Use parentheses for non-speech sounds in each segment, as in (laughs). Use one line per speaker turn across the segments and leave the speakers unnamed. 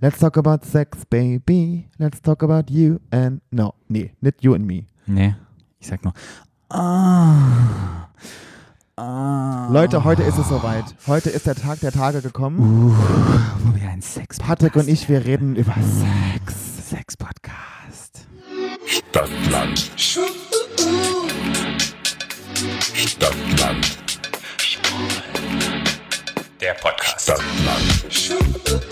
Let's talk about sex, baby. Let's talk about you and. No, nee, nicht you and me.
Nee, ich sag nur. Ah, ah,
Leute, heute ist es soweit. Heute ist der Tag der Tage gekommen.
Uh, wo wir ein Sex
Patrick und ich, wir reden über Sex.
Sex Podcast.
Stadtland. Stadtland.
Der Podcast.
Stadtland. Stadtland.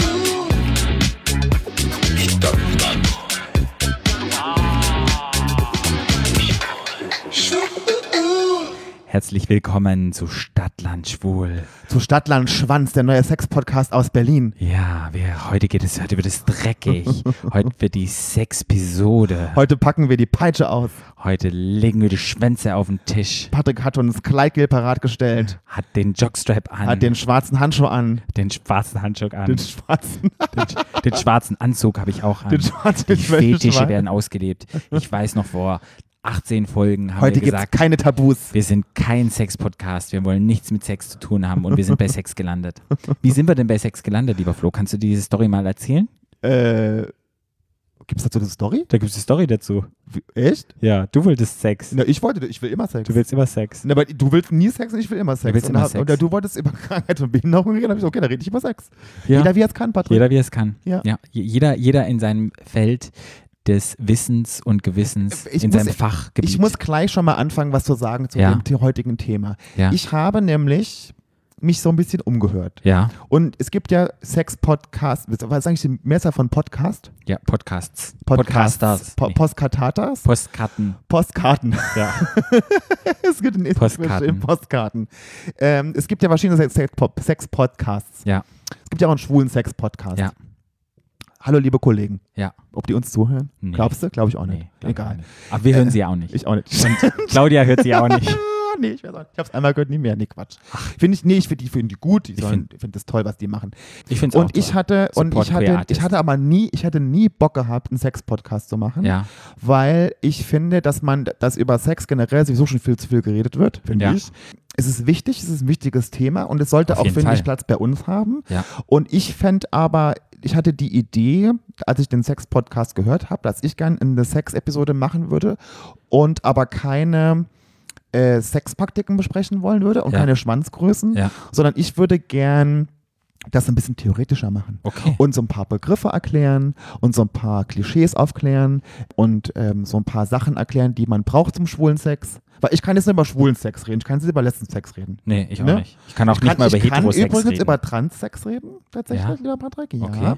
Herzlich willkommen zu Stadtland Schwul.
Zu Stadtland Schwanz, der neue Sex-Podcast aus Berlin.
Ja, wir, heute geht es, heute wird es dreckig.
(laughs)
heute wird die Sexpisode.
Heute packen wir die Peitsche aus.
Heute legen wir die Schwänze auf den Tisch.
Patrick hat uns Kleidgel parat gestellt.
Hat den Jockstrap an.
Hat den schwarzen Handschuh an.
den schwarzen Handschuh
(laughs)
an.
Den schwarzen.
Den schwarzen Anzug habe ich auch an.
Den schwarzen-
Die
ich weiß nicht,
Fetische
was.
werden ausgelebt. Ich weiß noch vor 18 Folgen haben
Heute
wir
gibt es
gesagt,
keine Tabus.
wir sind kein Sex-Podcast, wir wollen nichts mit Sex zu tun haben und
(laughs)
wir sind bei Sex gelandet. Wie sind wir denn bei Sex gelandet, lieber Flo? Kannst du diese Story mal erzählen?
Äh, gibt es dazu eine Story?
Da gibt es eine Story dazu.
Wie- Echt?
Ja, du wolltest Sex.
Na, ich wollte, ich will immer Sex.
willst immer Sex.
Na, aber du willst nie Sex und ich will immer Sex.
willst
und,
immer
hab-
Sex.
und ja, du wolltest über (laughs) Krankheit und Behinderung reden. Da hab ich so, okay, da rede ich über Sex.
Ja.
Jeder, wie er es kann, Patrick.
Jeder, wie er es kann.
Ja.
je- Jeder, jeder in seinem Feld des Wissens und Gewissens,
Ich
in
muss-
seinem Fachgebiet.
ich muss gleich schon mal anfangen, was zu sagen zu
Ja.
dem t- heutigen Thema.
ja.
Ich habe nämlich mich so ein bisschen umgehört.
ja,
Und es gibt ja Sex-Podcasts, was sage ich, die Messer von Podcast?
ja, Podcasts.
Podcasts.
Podcasters.
Po
Nee.
Postkartatas?
Postkarten.
Postkarten.
Ja.
es gibt in
Postkarten.
Postkarten. Ähm, es gibt ja verschiedene Sex- Sex- Sex-Podcasts.
Ja.
Es gibt ja auch einen schwulen Sex-Podcast.
Ja.
Hallo, liebe Kollegen.
Ja.
Ob die uns zuhören?
Nee.
Glaubst du? Glaube Oh, ich auch nicht.
Nee, glaub ich auch
Egal.
nicht. Aber wir hören sie auch nicht.
Ich auch nicht.
(laughs) Claudia hört sie auch nicht.
Ah, nee, ich weiß auch nicht. Ich hab's einmal gehört, nie mehr. Nee, Quatsch. Finde ich, nee, ich finde die, find die gut. Die
Ich
sollen- Ich finde das toll, was die machen.
(laughs) Ich finde es auch
Und ich
toll.
hatte, und
Support
ich hatte,
queer
ich
artists.
hatte aber nie, ich hatte nie Bock gehabt, einen Sex-Podcast zu machen.
Ja,
weil ich finde, dass man, dass über Sex generell sowieso schon viel zu viel geredet wird, finde
Ja.
ich. Es ist wichtig, es ist ein wichtiges Thema und es sollte
Auf
auch,
jeden
finde ich,
Fall.
Platz bei uns haben.
Ja.
Und ich fände aber, ich hatte die Idee, als ich den Sex-Podcast gehört habe, dass ich gerne eine Sex-Episode machen würde und aber keine äh, Sexpraktiken besprechen wollen würde und
Ja.
keine Schwanzgrößen,
Ja.
sondern ich würde gern das ein bisschen theoretischer machen
okay.
und so ein paar Begriffe erklären und so ein paar Klischees aufklären und ähm, so ein paar Sachen erklären, die man braucht zum schwulen Sex. Weil ich kann jetzt nicht über schwulen Sex reden, ich kann jetzt nicht über letzten Sex reden.
nee, ich auch
ne?
nicht. Ich kann auch
ich
nicht
kann,
mal über
ich kann
Heterosex
übrigens
reden.
über Transsex reden, tatsächlich,
Ja?
lieber Patrick. Ja.
Okay.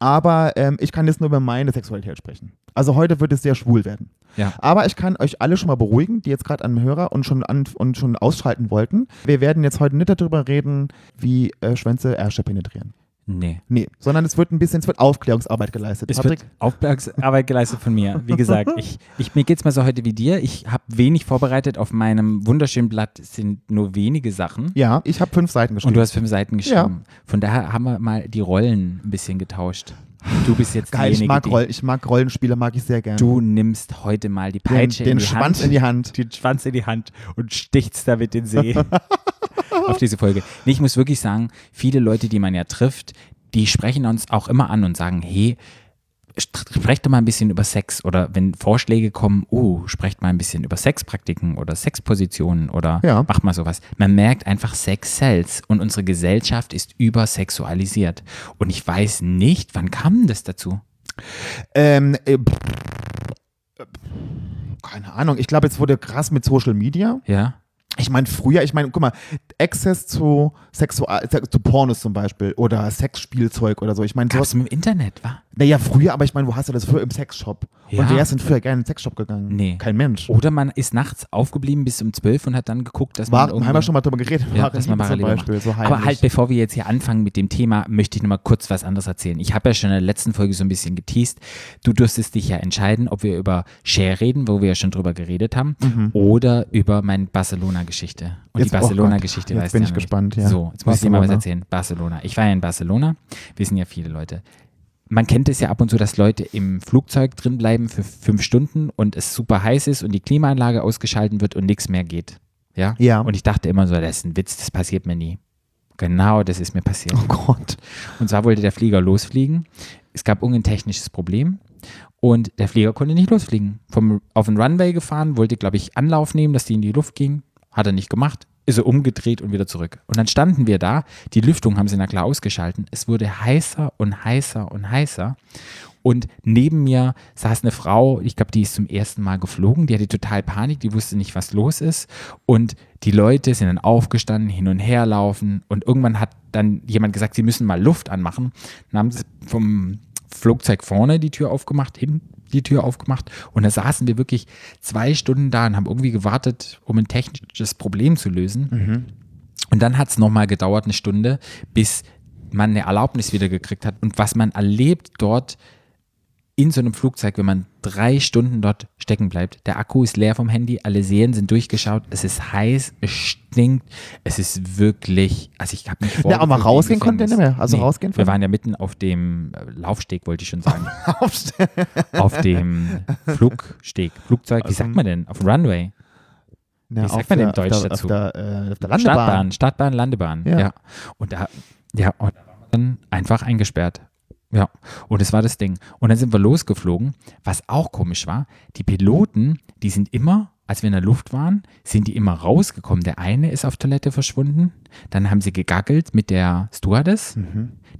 Aber ähm, ich kann jetzt nur über meine Sexualität sprechen. Also heute wird es sehr schwul werden.
Ja.
Aber ich kann euch alle schon mal beruhigen, die jetzt gerade an dem Hörer und schon, an, und schon ausschalten wollten. Wir werden jetzt heute nicht darüber reden, wie äh, Schwänze Ärsche penetrieren.
nee.
Nee, sondern es wird ein bisschen, es wird Aufklärungsarbeit geleistet.
Es
Patrick,
wird Aufmerksamkeit geleistet von mir.
(laughs)
Wie gesagt, ich, ich, mir geht es mal so heute wie dir. Ich habe wenig vorbereitet. Auf meinem wunderschönen Blatt sind nur wenige Sachen.
ja, ich habe fünf Seiten
Und
geschrieben.
du hast fünf Seiten geschrieben. Von daher haben wir mal die Rollen ein bisschen getauscht. Du bist jetzt
Geil, ich
diejenige,
mag,
die,
Roll, ich mag Rollenspiele, mag ich sehr gerne.
Du nimmst heute mal die
den,
Peitsche
den
in die
Schwanz
Hand.
in die Hand.
den Schwanz in die Hand und sticht's damit den See.
(laughs)
Auf diese Folge. Nee, ich muss wirklich sagen, viele Leute, die man ja trifft, die sprechen uns auch immer an und sagen, hey, st- sprecht doch mal ein bisschen über Sex oder wenn Vorschläge kommen, oh, sprecht mal ein bisschen über Sexpraktiken oder Sexpositionen oder
Ja.
macht mal sowas. Man merkt einfach Sex sells und unsere Gesellschaft ist übersexualisiert. Und ich weiß nicht, wann kam denn das dazu?
Ähm, äh, pff, äh, keine Ahnung, ich glaube, jetzt wurde krass mit Social Media.
Ja.
Ich meine, früher, ich meine, guck mal, Access zu Sexual, zu Pornos zum Beispiel oder Sexspielzeug oder so. Ich meine,
Gab's
sowas,
im Internet, war?
naja, früher, aber ich meine, wo hast du das früher im Sexshop?
Ja.
Und wer ist denn früher gerne in den Sexshop gegangen?
Nee.
Kein Mensch.
Oder man ist nachts aufgeblieben bis um 12 und hat dann geguckt, dass
War,
man
haben wir schon mal drüber geredet,
ja,
Waren
dass man
Lieben zum
parallel
Beispiel,
macht.
so heimlich.
Aber halt, bevor wir jetzt hier anfangen mit dem Thema, möchte ich nochmal kurz was anderes erzählen. Ich habe ja schon in der letzten Folge so ein bisschen geteased. Du durftest dich ja entscheiden, ob wir über Share reden, wo wir ja schon drüber geredet haben, oder über meine Barcelona-Geschichte. Und
Mhm. Jetzt-
die
oh Gott,
Barcelona-Geschichte
jetzt
weißt
bin
du
ich
ja noch nicht.
gespannt, ja.
So, jetzt muss ich dir mal was
Barcelona.
erzählen. Barcelona. Ich war ja in Barcelona. Wissen ja viele Leute. Man kennt es ja ab und zu, dass Leute im Flugzeug drin bleiben für fünf Stunden und es super heiß ist und die Klimaanlage ausgeschalten wird und nichts mehr geht. Ja?
Ja.
Und ich dachte immer so, das ist ein Witz, das passiert mir nie. Genau, das ist mir passiert. (laughs)
Oh Gott.
Und zwar wollte der Flieger losfliegen. es gab irgendein technisches Problem und der Flieger konnte nicht losfliegen. Vom, auf den Runway gefahren, wollte, glaube ich, Anlauf nehmen, dass die in die Luft ging. Hat er nicht gemacht, ist er umgedreht und wieder zurück. Und dann standen wir da, die Lüftung haben sie na klar ausgeschalten. Es wurde heißer und heißer und heißer. Und neben mir saß eine Frau, ich glaube, die ist zum ersten Mal geflogen, die hatte total Panik, die wusste nicht, was los ist. Und die Leute sind dann aufgestanden, hin und her laufen. Und irgendwann hat dann jemand gesagt, sie müssen mal Luft anmachen. Dann haben sie vom Flugzeug vorne die Tür aufgemacht, hinten die Tür aufgemacht. Und da saßen wir wirklich zwei Stunden da und haben irgendwie gewartet, um ein technisches Problem zu lösen. Und dann hat es nochmal gedauert, eine Stunde, bis man eine Erlaubnis wieder gekriegt hat. Und was man erlebt dort in so einem Flugzeug, wenn man drei Stunden dort stecken bleibt, der Akku ist leer vom Handy, alle Serien sind durchgeschaut, es ist heiß, es stinkt, es ist wirklich, also ich habe mich vor.
Ja, aber rausgehen konnte der nicht mehr. Also rausgehen
Wir
von-
waren ja mitten auf dem äh, Laufsteg, wollte ich schon sagen. auf
(laughs)
dem Flugsteg, Flugzeug, wie
Ähm,
sagt man denn? Auf dem Runway.
Na,
Wie sagt
auf der-
man denn
auf der-
Deutsch dazu?
Auf der, äh, auf der Landebahn.
Stadtbahn, Stadtbahn, Landebahn. Ja.
Ja.
Und da, ja, und da waren wir dann einfach eingesperrt. Ja. Und das war das Ding. Und dann sind wir losgeflogen. Was auch komisch war, die Piloten, die sind immer, als wir in der Luft waren, sind die immer rausgekommen. Der eine ist auf Toilette verschwunden. Dann haben sie gegackelt mit der Stewardess.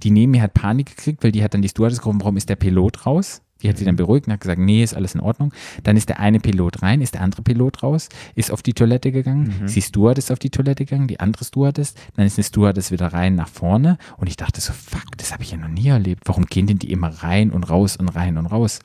Die neben mir hat Panik gekriegt, weil die hat dann die Stewardess gerufen, warum ist der Pilot raus? Die hat sie dann beruhigt und hat gesagt, nee, ist alles in Ordnung. Dann ist der eine Pilot rein, ist der andere Pilot raus, ist auf die Toilette gegangen,
Mhm.
die Stewardess auf die Toilette gegangen, die andere Stewardess, dann ist eine Stewardess wieder rein nach vorne und ich dachte so, fuck, das habe ich ja noch nie erlebt. Warum gehen denn die immer rein und raus und rein und raus?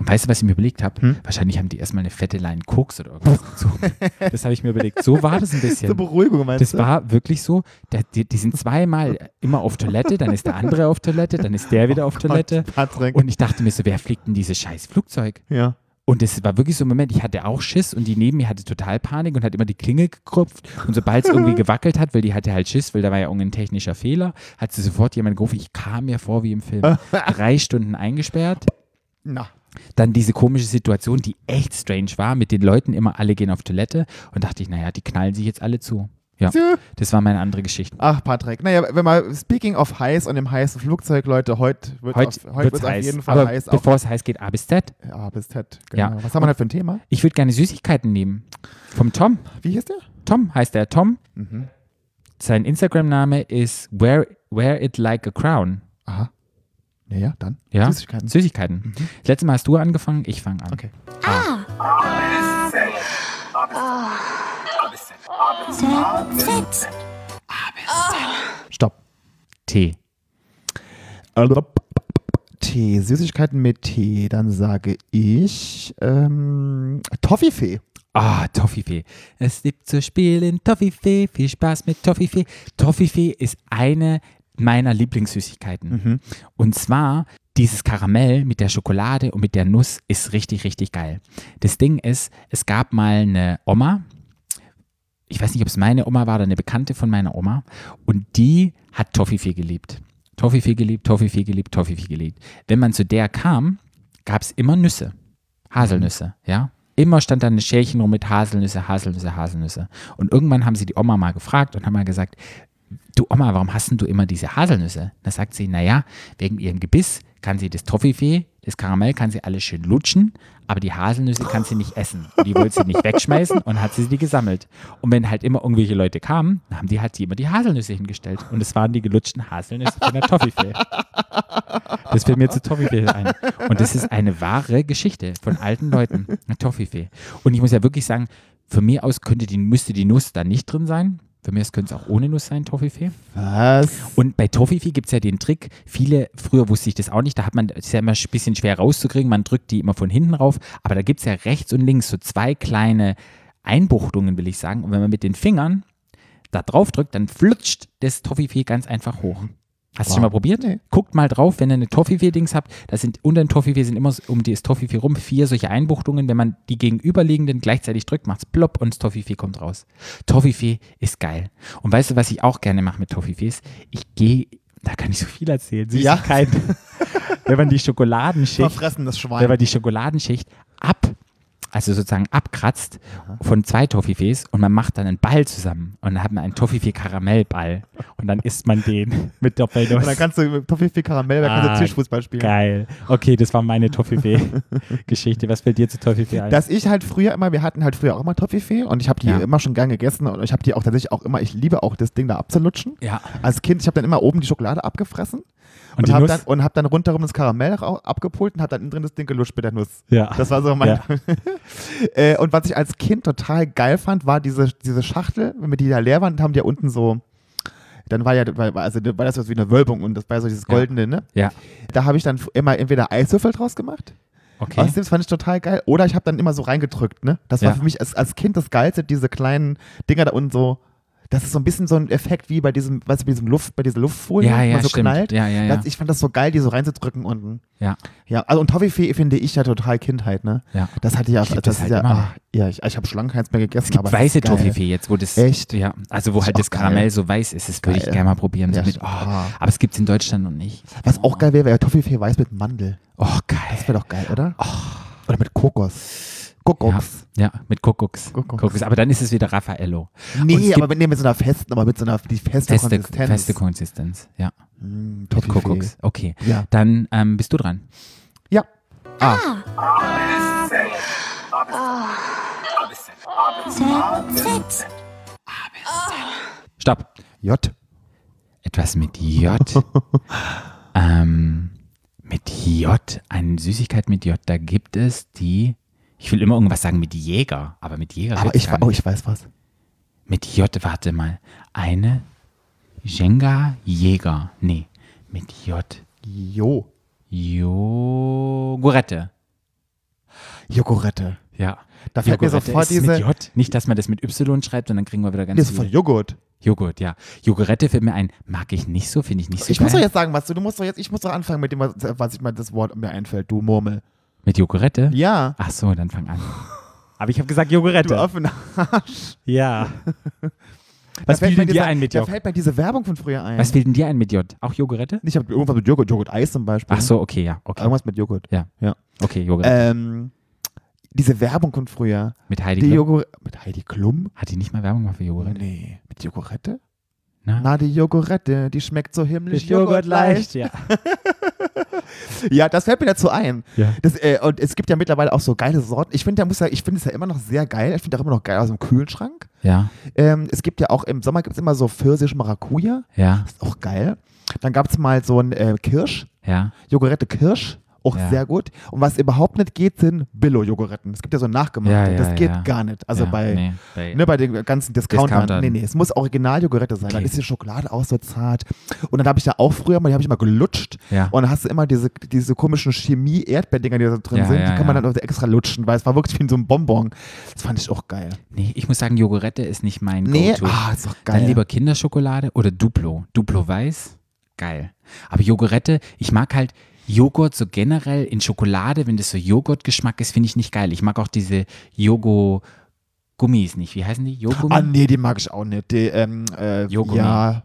Und weißt du, was ich mir überlegt habe?
Hm?
Wahrscheinlich haben die erstmal eine fette Line Koks
(laughs)
oder irgendwas gezogen. Das habe ich mir überlegt. So war das ein bisschen.
Zur Beruhigung meinst
Das
du?
war wirklich so, da, die, die sind zweimal immer auf Toilette, dann ist der andere auf Toilette, dann ist der
Oh
wieder auf Toilette.
Patrick.
Und ich dachte mir so, wer fliegt denn dieses scheiß Flugzeug?
ja.
Und es war wirklich so ein Moment, ich hatte auch Schiss und die neben mir hatte total Panik und hat immer die Klingel gekrupft. Und
(laughs)
sobald es irgendwie gewackelt hat, weil die hatte halt Schiss, weil da war ja irgendein technischer Fehler, hat sie sofort jemand gerufen, ich kam mir vor wie
(laughs)
im Film. Drei Stunden eingesperrt
Na.
dann diese komische Situation, die echt strange war, mit den Leuten immer alle gehen auf Toilette und dachte ich, naja, die knallen sich jetzt alle zu. Ja,
Tja.
das war meine andere Geschichte.
Ach, Patrick. Naja, wenn mal, speaking of heiß und im heißen Flugzeug, Leute, heute wird
Heute
auf,
wird
wird's
es
auf
heiß.
jeden Fall
Aber
heiß. Auch,
bevor es heiß geht, A bis Z.
ja, bis Ted.
Ja.
Genau. Was haben wir denn für ein Thema?
Ich würde gerne Süßigkeiten nehmen. Vom Tom.
Wie hieß der?
Tom heißt er. Tom.
Mhm.
Sein Instagram-Name ist wear, wear It Like a Crown.
Aha. Naja, dann.
Ja?
Süßigkeiten. Mhm.
Süßigkeiten. Das letzte Mal hast du angefangen, ich fange an.
Okay. Ah. Stopp.
Tee.
Tee. Süßigkeiten mit Tee. Dann sage ich ähm, Toffifee.
Ah, Toffifee. Es gibt zu spielen Toffifee. Viel Spaß mit Toffifee. Toffifee ist eine meiner Lieblingssüßigkeiten. Und zwar dieses Karamell mit der Schokolade und mit der Nuss ist richtig, richtig geil. Das Ding ist, es gab mal eine Oma, ich weiß nicht, ob es meine Oma war oder eine Bekannte von meiner Oma. Und die hat Toffifee geliebt. Toffifee geliebt, Toffifee geliebt, Toffifee geliebt. Wenn man zu der kam, gab es immer Nüsse. Haselnüsse, ja. Immer stand da ein Schälchen rum mit Haselnüsse, Haselnüsse, Haselnüsse. Und irgendwann haben sie die Oma mal gefragt und haben mal gesagt, du Oma, warum hast denn du immer diese Haselnüsse? Da sagt sie, naja, wegen ihrem Gebiss kann sie das Toffifee, das Karamell kann sie alles schön lutschen, aber die Haselnüsse kann sie nicht essen. Und die wollte sie nicht wegschmeißen und hat sie die gesammelt. Und wenn halt immer irgendwelche Leute kamen, dann haben die halt die immer die Haselnüsse hingestellt. Und es waren die gelutschten Haselnüsse von der Toffifee. Das fällt mir zu Toffifee ein. Und das ist eine wahre Geschichte von alten Leuten. Eine Toffifee. Und ich muss ja wirklich sagen, von mir aus könnte die, müsste die Nuss da nicht drin sein. Für mich aus könnte es auch ohne Nuss sein, Toffifee.
Was?
Und bei Toffifee gibt es ja den Trick, viele, früher wusste ich das auch nicht, da hat man, ist ja immer ein bisschen schwer rauszukriegen, man drückt die immer von hinten rauf, aber da gibt es ja rechts und links so zwei kleine Einbuchtungen, will ich sagen. Und wenn man mit den Fingern da drauf drückt, dann flutscht das Toffifee ganz einfach hoch. Hast du
Wow.
schon mal probiert?
Nee.
Guckt mal drauf, wenn ihr eine Toffifee-Dings habt, da sind unter den Toffifee sind immer so um das Toffifee rum vier solche Einbuchtungen. Wenn man die gegenüberliegenden gleichzeitig drückt, macht's plopp und das Toffifee kommt raus. Toffifee ist geil. Und weißt du, was ich auch gerne mache mit Toffifees? Ich gehe, da kann ich so viel erzählen,
Ja. (laughs)
Süßigkeiten. wenn man die Schokoladenschicht
Verfressenes
wenn
Schwein.
man die Schokoladenschicht ab also sozusagen abkratzt von zwei Toffifees und man macht dann einen Ball zusammen und dann hat man einen Toffifee-Karamellball und dann isst man
(laughs)
den mit Doppelnuss.
Und dann kannst du Toffifee Karamell, dann kannst
Ah,
du Tischfußball spielen.
Geil. Okay, das war meine Toffifee-Geschichte. Was fällt dir zu Toffifee ein?
Dass ich halt früher immer, wir hatten halt früher auch immer Toffifee und ich habe die
Ja.
immer schon gern gegessen und ich habe die auch tatsächlich auch immer, ich liebe auch das Ding da abzulutschen.
ja.
Als Kind, ich habe dann immer oben die Schokolade abgefressen
Und die
habe
Nuss?
dann, und hab dann rundherum das Karamell auch abgepult und habe dann innen drin das Ding gelutscht mit der Nuss.
Ah, Ja.
Das war so mein. (laughs) äh, und was ich als Kind total geil fand, war diese, diese Schachtel, wenn die da leer waren, haben die ja unten so. Dann war ja, war- war- also war das so wie eine Wölbung und das war ja so dieses Goldene, ne?
Ja.
Da habe ich dann immer entweder Eiswürfel draus gemacht.
Okay.
Okay. Das fand ich total geil. Oder ich habe dann immer so reingedrückt, ne? Das war
Ja.
für mich als, als Kind das Geilste, diese kleinen Dinger da unten so. Das ist so ein bisschen so ein Effekt wie bei diesem, weißt du, bei diesem Luft, bei dieser Luftfolie,
Ja,
wenn
ja,
man so
stimmt.
knallt.
Ja, ja, ja.
Das, ich fand das so geil, die so reinzudrücken unten.
ja.
Ja, also und Toffifee finde ich ja total Kindheit, ne?
Ja.
Das hatte ja,
Ich lieb
das
das
ist
halt
ja,
immer
ah, ja, ich, ich habe schon lange keins mehr gegessen,
Es gibt
aber das
weiße
ist geil.
Toffifee jetzt, wo das.
Echt?
Ja. Also, wo
Ist
halt das
auch geil.
Karamell so weiß ist. Das würde ich
Geil.
gerne mal probieren. So
Ja,
mit, oh,
stimmt. Ah.
aber es gibt es in Deutschland noch nicht.
Was auch geil wäre, wäre Toffifee weiß mit Mandel.
Oh, geil.
Das wäre doch geil, oder? Oder mit Kokos. Kokos.
Oh. Ja, ja, mit Kuckucks.
Kuckucks.
Kuckucks. Aber dann ist es wieder Raffaello. Und es
Nee,
gibt
aber mit, nee, mit so einer festen, aber mit so einer die feste,
feste
Konsistenz.
Feste Konsistenz. Ja.
Mm,
Mit
Toffifee.
Kuckucks. Okay.
Ja.
Dann ähm, bist du dran.
Ja. Ah,
Stopp.
J.
Etwas mit
(laughs)
J. ähm, mit J. Eine Süßigkeit mit J. Da gibt es die. Ich will immer irgendwas sagen mit Jäger, aber mit Jäger.
Aber
wird's
ich,
gar
wa- oh,
nicht.
ich weiß was.
Mit J, warte mal. Eine Jenga Jäger. Nee, mit J.
Jo.
Jogurette.
Jogurette.
Ja.
Da fällt mir
Jogurette
sofort
ist mit
diese-
J. Nicht, dass man das mit Y schreibt und dann kriegen wir wieder ganz
Das ist
viele.
von Joghurt.
Joghurt, ja. Jogurette fällt mir ein. Mag ich nicht so, finde ich nicht so
Ich muss doch
geil.
jetzt sagen, was du, du musst doch jetzt, ich muss doch anfangen mit dem, was, was ich mal das Wort mir einfällt, du Murmel.
Mit Jogurette?
Ja.
Ach so, dann fang
(laughs)
an. Aber ich habe gesagt Jogurette.
Du offener Arsch.
(laughs) Ja. Was
Da fällt mir
fiel denn dir
dieser-
ein mit
Da
J?
fällt mir diese Werbung von früher ein.
Was fiel denn dir ein mit J? Auch Jogurette?
ich habe irgendwas mit Joghurt, Joghurt-Eis zum Beispiel.
Ach so, okay, ja. Okay,
Irgendwas mit Joghurt.
ja.
Ja.
okay Jogurette.
Ähm, diese Werbung von früher.
mit Heidi
Äh, Die
Klum.
Joghurt. Mit Heidi Klum?
Hat die nicht mal Werbung gemacht für Jogurette?
Nee. Mit Joghurette?
Na?
Na, die Joghurette, die schmeckt so himmlisch joghurtleicht.
ja.
Ja, das fällt mir dazu ein.
Ja.
Das, äh, und es gibt ja mittlerweile auch so geile Sorten. Ich finde, da muss ja, ich finde es ja immer noch sehr geil. Ich finde auch immer noch geil aus dem Kühlschrank.
Ja,
Ähm, es gibt ja auch im Sommer gibt's immer so Pfirsich-Maracuja.
ja,
Ist auch geil. Dann gab es mal so ein äh, Kirsch,
ja.
Joghurette Kirsch. Auch
Ja.
sehr gut. Und was überhaupt nicht geht, sind Billo-Joghurretten. Es gibt ja so nachgemachte.
Ja, ja,
das geht
ja.
gar nicht. Also
ja,
bei,
nee, bei
ne, bei den ganzen Discountern.
Discountern.
Nee, nee, es muss Original-Joghurette sein. Dann
Okay.
ist die Schokolade auch so zart. Und dann habe ich da auch früher mal, die habe ich mal gelutscht.
Ja.
Und dann hast du immer diese, diese komischen Chemie-Erdbeerdinger, die da so drin
Ja,
sind.
ja,
die kann man
ja.
dann auch extra lutschen, weil es war wirklich wie in so einem Bonbon. Das fand ich auch geil.
nee, ich muss sagen, Jogurette ist nicht mein
Nee,
Go-To.
ah, ist doch geil.
Dann lieber Kinderschokolade oder Duplo. Duplo weiß, geil. Aber Jogurette, ich mag halt Joghurt so generell in Schokolade, wenn das so Joghurtgeschmack ist, finde ich nicht geil. Ich mag auch diese Jogo-Gummis nicht. Wie heißen die? Jogummi?
Ah, nee, die mag ich auch nicht. Die, ähm, äh,
Joghurt. ne?
Ja.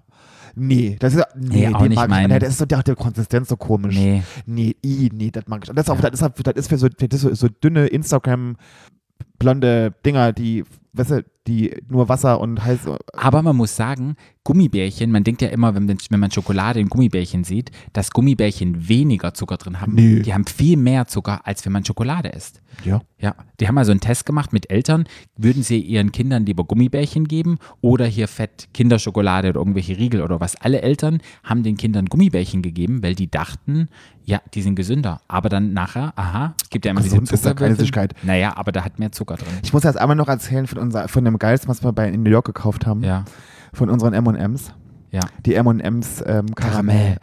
Nee, das ist, nee,
Nee, auch
die
nicht
mag ich.
meine.
Nee, das ist so die, die Konsistenz so komisch.
Nee.
Nee, i, nee, das mag ich. Und das, ist auch, das, ist, halt- das ist für so, das ist so, so dünne Instagram-blonde Dinger, die, weißt du, die nur Wasser und heiß. äh,
Aber man muss sagen, Gummibärchen, man denkt ja immer, wenn, wenn man Schokolade in Gummibärchen sieht, dass Gummibärchen weniger Zucker drin haben.
Nee.
Die haben viel mehr Zucker, als wenn man Schokolade isst.
Ja.
Ja, die haben also einen Test gemacht mit Eltern, würden sie ihren Kindern lieber Gummibärchen geben oder hier fett Kinderschokolade oder irgendwelche Riegel oder was. Alle Eltern haben den Kindern Gummibärchen gegeben, weil die dachten, ja, die sind gesünder. Aber dann nachher, aha, es gibt ja immer
Gesund
diese
ist da keine
Zuckerwürfel.
Süßigkeit.
Naja, aber da hat mehr Zucker drin.
Ich muss jetzt einmal noch erzählen von, unser, von dem Geilsten, was wir bei in New York gekauft haben.
Ja,
Von unseren MMs.
ja.
Die MMs ähm, Karamell.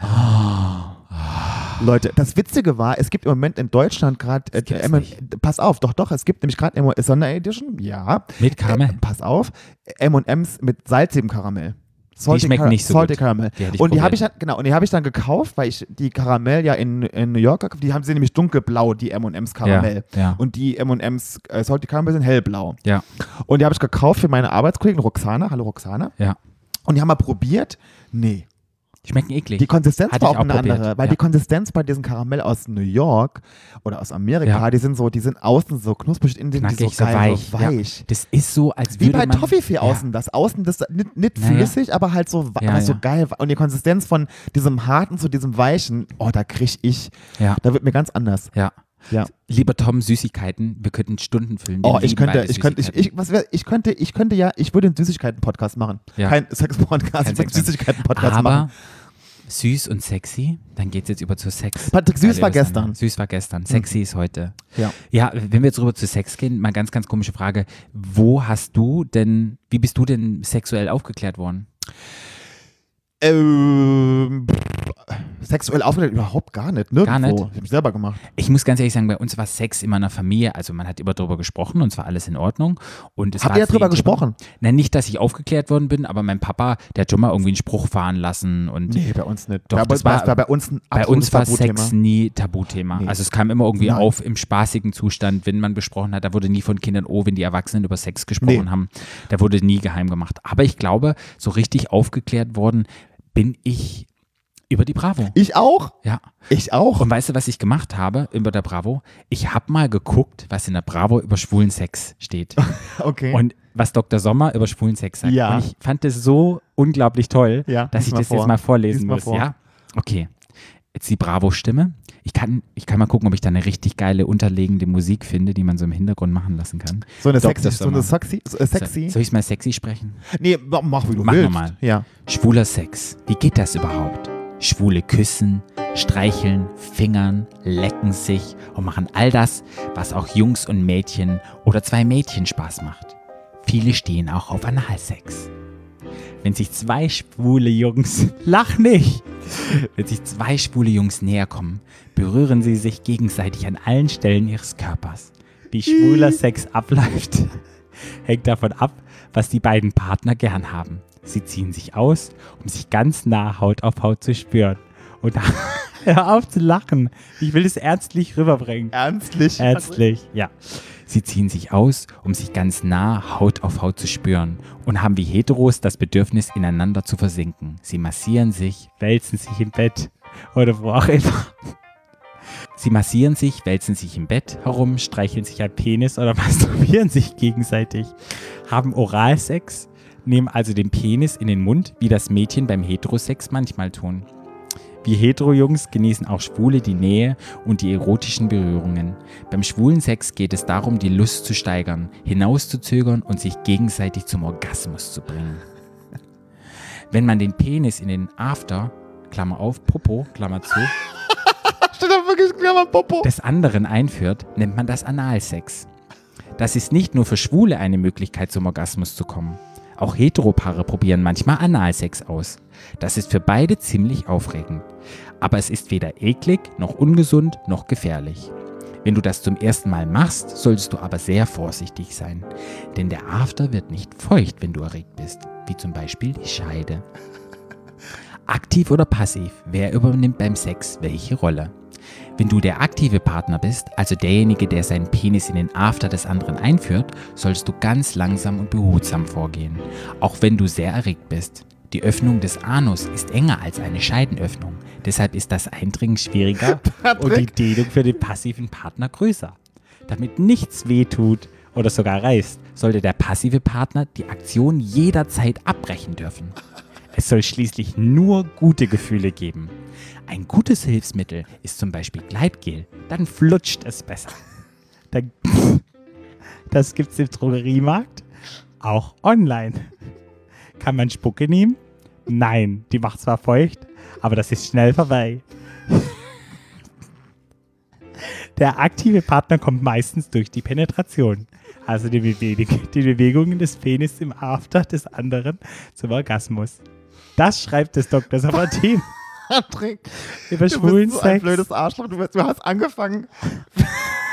Leute, das Witzige war, es gibt im Moment in Deutschland gerade. Äh,
gibt's
M&M
nicht.
pass auf, doch, doch, es gibt nämlich gerade eine Sonderedition. Ja.
Mit
Äh,
Karamell.
pass auf, MMs mit salzigem Karamell. Salty
schmecken
Cara-
nicht so
Salty
gut.
Karamell.
Die hätte ich
und die
probiert.
habe ich dann, genau, und die habe ich dann gekauft, weil ich die Karamell ja in, in New York, gekauft- die haben sie nämlich dunkelblau, die MMs Karamell.
Ja, ja.
Und die MMs äh, Salty Karamell sind hellblau.
Ja,
Und die habe ich gekauft für meine Arbeitskollegin Roxana. Hallo Roxana.
ja.
Und die haben mal probiert. Nee.
Schmecken eklig.
Die Konsistenz
Hatte
war auch,
ich auch
eine
probiert,
andere, weil
ja.
die Konsistenz bei diesen Karamell aus New York oder aus Amerika,
Ja.
die sind so, die sind außen so knusprig, innen sind die
Knackig,
so geil, so weich.
Ja. Das ist so, als
Wie
würde
bei
man...
Toffifee
Ja.
außen, das außen, das nicht, nicht
Ja, ja.
flüssig, aber halt so, wa-
Ja,
aber so
ja.
geil. Und die Konsistenz von diesem harten zu diesem weichen, oh, da krieg ich,
Ja.
da wird mir ganz anders.
Ja.
Ja.
Lieber Tom, Süßigkeiten, wir könnten Stunden füllen. Wir
Oh, ich
lieben
könnte,
beide
ich könnte, ich,
Süßigkeiten.
ich, was wär, ich könnte, ich könnte ja, ich würde einen Süßigkeiten-Podcast machen.
Ja.
Kein Sex-Podcast,
Kein
ich würde
Sex-
einen Süßigkeiten-Podcast
Aber
machen.
süß und sexy, dann geht's jetzt über zu Sex.
Patrick, süß
Weil
war
wir das
gestern. Mhm.
haben. Süß war gestern, sexy ist heute.
Ja.
Ja, wenn wir jetzt rüber zu Sex gehen, mal ganz, ganz komische Frage. Wo hast du denn, wie bist du denn sexuell aufgeklärt worden?
Ähm, pff, sexuell aufgeklärt überhaupt gar nicht, nirgendwo.
Gar nicht?
Ich habe mich selber gemacht.
Ich muss ganz ehrlich sagen, bei uns war Sex immer in der Familie. Also man hat immer drüber gesprochen und es war alles in Ordnung. Und es
Habt
war
ihr
für
drüber
jeden
gesprochen?
Thema- Na, nicht, dass ich aufgeklärt worden bin, aber mein Papa, der hat schon mal irgendwie einen Spruch fahren lassen und
Nee, bei uns nicht.
Doch,
bei,
das
bei-
war-
bei, bei uns ein
Bei
absolutes
uns war
Tabuthema.
Sex nie Tabuthema.
Nee.
Also es kam immer irgendwie
Nein.
auf im spaßigen Zustand, wenn man besprochen hat, da wurde nie von Kindern, oh, wenn die Erwachsenen über Sex gesprochen
Nee.
haben, da wurde nie geheim gemacht. Aber ich glaube, so richtig aufgeklärt worden bin ich über die Bravo.
Ich auch.
Ja.
Ich auch.
Und weißt du, was ich gemacht habe über der Bravo? Ich habe mal geguckt, was in der Bravo über schwulen Sex steht.
(laughs) Okay.
Und was Dr. Sommer über schwulen Sex sagt.
Mhm. Ja.
Und ich fand das so unglaublich toll,
Ja, lies
dass ich
mal
das
vor.
jetzt mal vorlesen
Lies mal
muss.
vor.
Ja? Okay. Jetzt die Bravo-Stimme. Ich kann, ich kann mal gucken, ob ich da eine richtig geile unterlegende Musik finde, die man so im Hintergrund machen lassen kann.
so eine
Dr.
sexy. So
Sommer.
eine sexy. so- äh, sexy.
So, soll ich mal sexy sprechen?
Nee, ma- mach wie du
Mach
willst.
nochmal.
Ja.
Schwuler Sex. Wie geht das überhaupt? Schwule küssen, streicheln, fingern, lecken sich und machen all das, was auch Jungs und Mädchen oder zwei Mädchen Spaß macht. Viele stehen auch auf Analsex. Wenn sich zwei schwule Jungs, (laughs) lach nicht, wenn sich zwei schwule Jungs näher kommen, berühren sie sich gegenseitig an allen Stellen ihres Körpers. Wie schwuler Sex abläuft, (laughs) hängt davon ab, was die beiden Partner gern haben. Sie ziehen sich aus, um sich ganz nah Haut auf Haut zu spüren. Und (laughs) hör auf zu lachen. Ich will es ernstlich rüberbringen.
Ernstlich.
Ärztlich, ja. Sie ziehen sich aus, um sich ganz nah Haut auf Haut zu spüren und haben wie Heteros das Bedürfnis, ineinander zu versinken. Sie massieren sich, wälzen sich im Bett oder wo auch immer. Sie massieren sich, wälzen sich im Bett herum, streicheln sich ein Penis oder (laughs) masturbieren sich gegenseitig, haben Oralsex, nehmen also den Penis in den Mund, wie das Mädchen beim Heterosex manchmal tun. Wie Hetero-Jungs genießen auch Schwule die Nähe und die erotischen Berührungen. Beim schwulen Sex geht es darum, die Lust zu steigern, hinauszuzögern und sich gegenseitig zum Orgasmus zu bringen. Wenn man den Penis in den After, Klammer auf, Popo, Klammer zu,
Steht da wirklich ein kleiner Popo.
des anderen einführt, nennt man das Analsex. Das ist nicht nur für Schwule eine Möglichkeit, zum Orgasmus zu kommen. Auch Heteropaare probieren manchmal Analsex aus. Das ist für beide ziemlich aufregend. Aber es ist weder eklig, noch ungesund, noch gefährlich. Wenn du das zum ersten Mal machst, solltest du aber sehr vorsichtig sein. Denn der After wird nicht feucht, wenn du erregt bist. Wie zum Beispiel die Scheide. Aktiv oder passiv, wer übernimmt beim Sex welche Rolle? Wenn du der aktive Partner bist, also derjenige, der seinen Penis in den After des anderen einführt, solltest du ganz langsam und behutsam vorgehen, auch wenn du sehr erregt bist. Die Öffnung des Anus ist enger als eine Scheidenöffnung, deshalb ist das Eindringen schwieriger und die Dehnung für den passiven Partner größer. Damit nichts wehtut oder sogar reißt, sollte der passive Partner die Aktion jederzeit abbrechen dürfen. Es soll schließlich nur gute Gefühle geben. Ein gutes Hilfsmittel ist zum Beispiel Gleitgel. Dann flutscht es besser. (laughs) Dann- Das gibt's im Drogeriemarkt, auch online. Kann man Spucke nehmen? Nein, die macht zwar feucht, aber das ist schnell vorbei. (laughs) Der aktive Partner kommt meistens durch die Penetration, also die, Bewegung, die Bewegungen des Penis im After des anderen zum Orgasmus. Das schreibt es
(laughs)
Dr. Sabatin
Patrick.
über
Du
schwulen
bist so ein
Sex.
blödes Arschloch. Du, bist, du hast angefangen,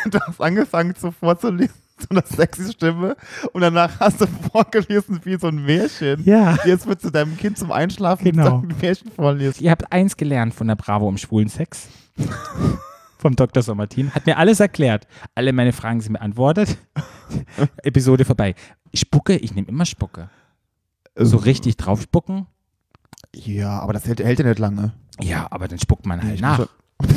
(laughs) du hast angefangen zu vorzulesen, so eine sexy Stimme. Und danach hast du vorgelesen wie so ein Märchen.
Ja.
Jetzt wird zu deinem Kind zum Einschlafen
Genau.
ein Märchen vorlesen.
Ihr habt eins gelernt von der Bravo im schwulen Sex. Vom Dr. Sommertin. Hat mir alles erklärt. Alle meine Fragen
(laughs)
sind beantwortet. Episode vorbei. Spucke, ich nehme immer Spucke. So richtig draufspucken.
Ja, aber das hält, hält ja nicht lange.
Ja, aber dann spuckt man halt
Ich
nach.
muss ja-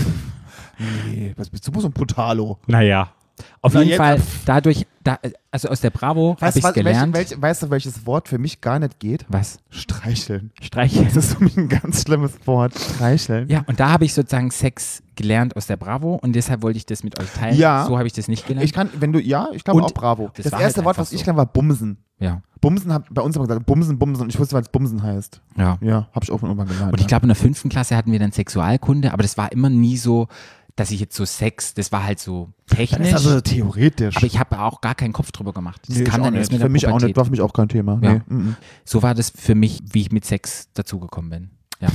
(laughs) nee, was bist du so ein Brutalo?
Naja. Auf
Na,
jeden
jetzt-
Fall, dadurch, da, also aus der Bravo
Weißt,
habe
du, was,
ich
welche,
gelernt.
welche, weißt du, welches Wort für mich gar nicht geht?
was?
Streicheln.
Streiche.
Das ist für mich ein ganz schlimmes Wort. Streicheln.
Ja, und da habe ich sozusagen Sex gelernt aus der Bravo und deshalb wollte ich das mit euch teilen.
Ja.
So habe ich das nicht gelernt.
Ich kann, wenn du, ja, ich glaube
Und
auch Bravo.
das
Das,
war
erste
halt
Wort,
einfach
was ich
so.
kann, war Bumsen.
ja.
Bumsen hat bei uns immer gesagt, Bumsen, Bumsen. Und ich wusste, was Bumsen heißt.
Ja.
Ja, habe ich auch von irgendwann gelernt. ne?
Und ich
ja.
glaube, in der fünften Klasse hatten wir dann Sexualkunde, aber das war immer nie so, dass ich jetzt so Sex, das war halt so
das
technisch.
ist also theoretisch.
aber ich habe auch gar keinen Kopf drüber gemacht. Das
Nee, ich
kam
auch
dann
nicht.
erst mit
Für
der
mich auch
Pubertät.
nicht, war für mich auch kein Thema.
Ja.
Nee. mhm.
So war das für mich, wie ich mit Sex dazugekommen bin.
(laughs)
Ja.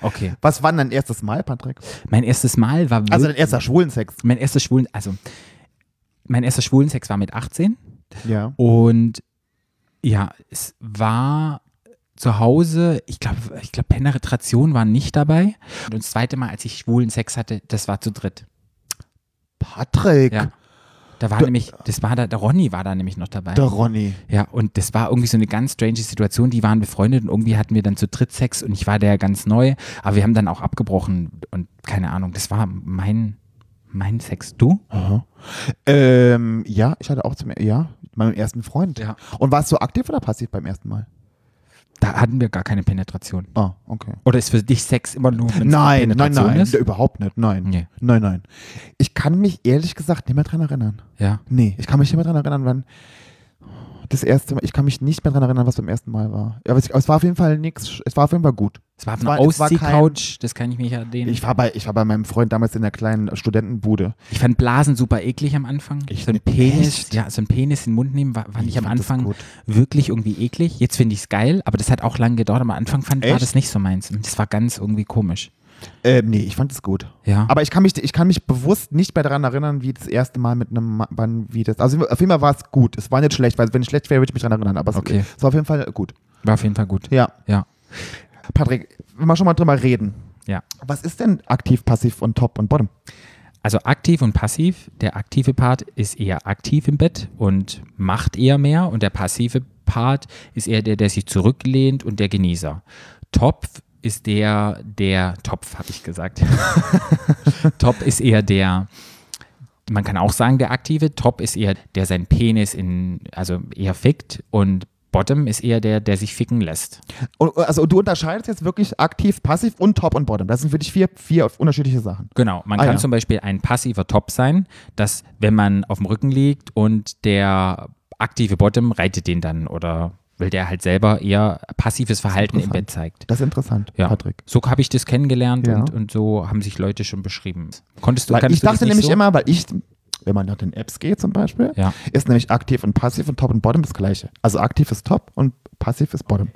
Okay.
Was war denn dein erstes Mal, Patrick?
Mein erstes Mal war
Also
wirklich-
dein erster Schwulensex.
mein erster Schwulen, also mein erster Schwulensex war mit 18
Ja.
und ja, es war zu Hause, ich glaube, ich glaube Penetration war nicht dabei und das zweite Mal, als ich schwulen Sex hatte, das war zu dritt.
Patrick.
Ja. Da war nämlich, das war da, der Ronny war da nämlich noch dabei.
Der Ronny.
Ja, und das war irgendwie so eine ganz strange Situation. Die waren befreundet und irgendwie hatten wir dann zu dritt Sex und ich war der ganz neu. Aber wir haben dann auch abgebrochen und keine Ahnung, das war mein, mein Sex. Du?
Aha. Ähm, ja, ich hatte auch zum ja, meinem ersten Freund.
Ja.
Und warst du aktiv oder passiv beim ersten Mal?
Da hatten wir gar keine Penetration.
Ah, okay.
Oder ist für dich Sex immer nur, wenn
Nein, nein,
Penetration
nein,
ist?
überhaupt nicht. Nein.
Nee.
Nein, nein. Ich kann mich ehrlich gesagt nicht mehr dran erinnern.
Ja.
Nee, ich kann mich nicht mehr dran erinnern, wann das erste Mal, ich kann mich nicht mehr dran erinnern, was beim ersten Mal war. Aber es, aber es war auf jeden Fall nichts, es war auf jeden Fall gut.
Es war auf
Es
einer
war- es war kein-
Ausziehcouch, das kann ich mich ja dehnen. Ich,
Ich war bei, ich war bei meinem Freund damals in der kleinen Studentenbude.
fand Blasen super eklig am Anfang.
Ich-
so ein
echt?
Penis, ja, so ein Penis in den Mund nehmen, war, fand ich,
Ich
am
fand das
Anfang
gut.
wirklich irgendwie eklig. Jetzt finde ich es geil, aber das hat auch lange gedauert. Am Anfang fand, war
Echt?
das nicht so meins. Das war ganz irgendwie komisch.
Ähm, nee, ich fand es gut.
Ja.
Aber ich kann mich, ich kann mich bewusst nicht mehr daran erinnern, wie das erste Mal mit einem, Ma- wann, wie das. Also auf jeden Fall war es gut. Es war nicht schlecht, weil wenn es schlecht wäre, würde ich mich daran erinnern. Aber
Okay.
es, es war auf jeden Fall gut.
War auf jeden Fall gut.
Ja.
Ja.
Patrick, wenn wir schon mal drüber reden.
Ja.
Was ist denn aktiv, passiv und top und bottom?
Also aktiv und passiv. Der aktive Part ist eher aktiv im Bett und macht eher mehr. Und der passive Part ist eher der, der sich zurücklehnt und der Genießer. Topf ist der, der, Topf habe ich gesagt. (laughs) Top ist eher der, man kann auch sagen, der aktive. Top ist eher der seinen Penis in, also eher fickt. Und Bottom ist eher der, der sich ficken lässt.
Und, also du unterscheidest jetzt wirklich aktiv, passiv und top und bottom. Das sind für dich vier, vier unterschiedliche Sachen.
Genau, man
Ah,
kann
ja.
zum Beispiel ein passiver Top sein, dass wenn man auf dem Rücken liegt und der aktive Bottom reitet den dann oder weil der halt selber eher passives Verhalten im
interessant.
Bett zeigt.
Das ist interessant,
Ja.
Patrick.
So habe ich das kennengelernt
Ja.
und, und so haben sich Leute schon beschrieben. Konntest du,
Weil
kannst
ich
du das
dachte
nicht
nämlich
so?
immer, weil ich, wenn man nach den Apps geht zum Beispiel,
Ja.
ist nämlich aktiv und passiv und top und bottom das gleiche. Also aktiv ist top und passiv ist bottom.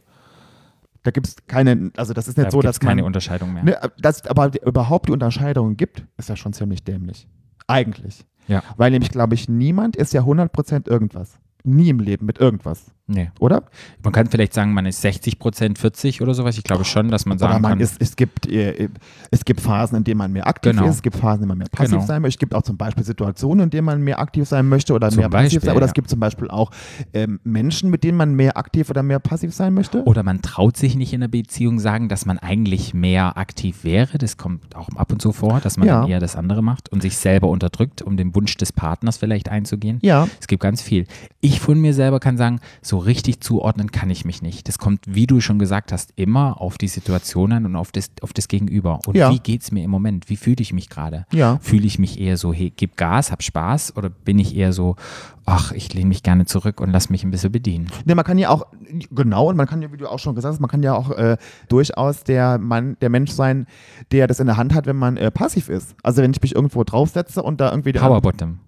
Da gibt es keine, also das ist nicht
da
so,
gibt's
dass
keine
man,
Unterscheidung mehr.
ne, dass aber die- überhaupt die Unterscheidung gibt, ist ja schon ziemlich dämlich. Eigentlich.
Ja,
Weil nämlich, glaube ich, niemand ist ja 100% irgendwas. Nie im Leben mit irgendwas,
nee.
oder?
Man kann vielleicht sagen, man ist 60 Prozent 40 oder sowas. Ich glaube schon, dass man
Oder
sagen
man
kann.
ist, es, gibt, äh, es gibt Phasen, in denen man mehr aktiv
Genau.
ist, es gibt Phasen, in denen man mehr passiv
Genau.
sein möchte. Es gibt auch zum Beispiel Situationen, in denen man mehr aktiv sein möchte oder
Zum
mehr passiv
Beispiel,
sein. Oder
ja.
es gibt zum Beispiel auch ähm, Menschen, mit denen man mehr aktiv oder mehr passiv sein möchte.
Oder man traut sich nicht in einer Beziehung sagen, dass man eigentlich mehr aktiv wäre. Das kommt auch ab und zu vor, dass man
Ja.
dann eher das andere macht und sich selber unterdrückt, um den Wunsch des Partners vielleicht einzugehen.
Ja.
Es gibt ganz viel. Ich von mir selber kann sagen, so richtig zuordnen kann ich mich nicht. Das kommt, wie du schon gesagt hast, immer auf die Situation an und auf das, auf das Gegenüber. Und
Ja.
wie geht es mir im Moment? Wie fühle ich mich gerade?
Ja.
Fühle ich mich eher so, hey, gib Gas, hab Spaß? Oder bin ich eher so, ach, ich lehne mich gerne zurück und lass mich ein bisschen bedienen?
Nee, man kann ja auch, genau, und man kann ja, wie du auch schon gesagt hast, man kann ja auch äh, durchaus der Mann, der Mensch sein, der das in der Hand hat, wenn man äh, passiv ist. Also wenn ich mich irgendwo draufsetze und da irgendwie
Powerbottom.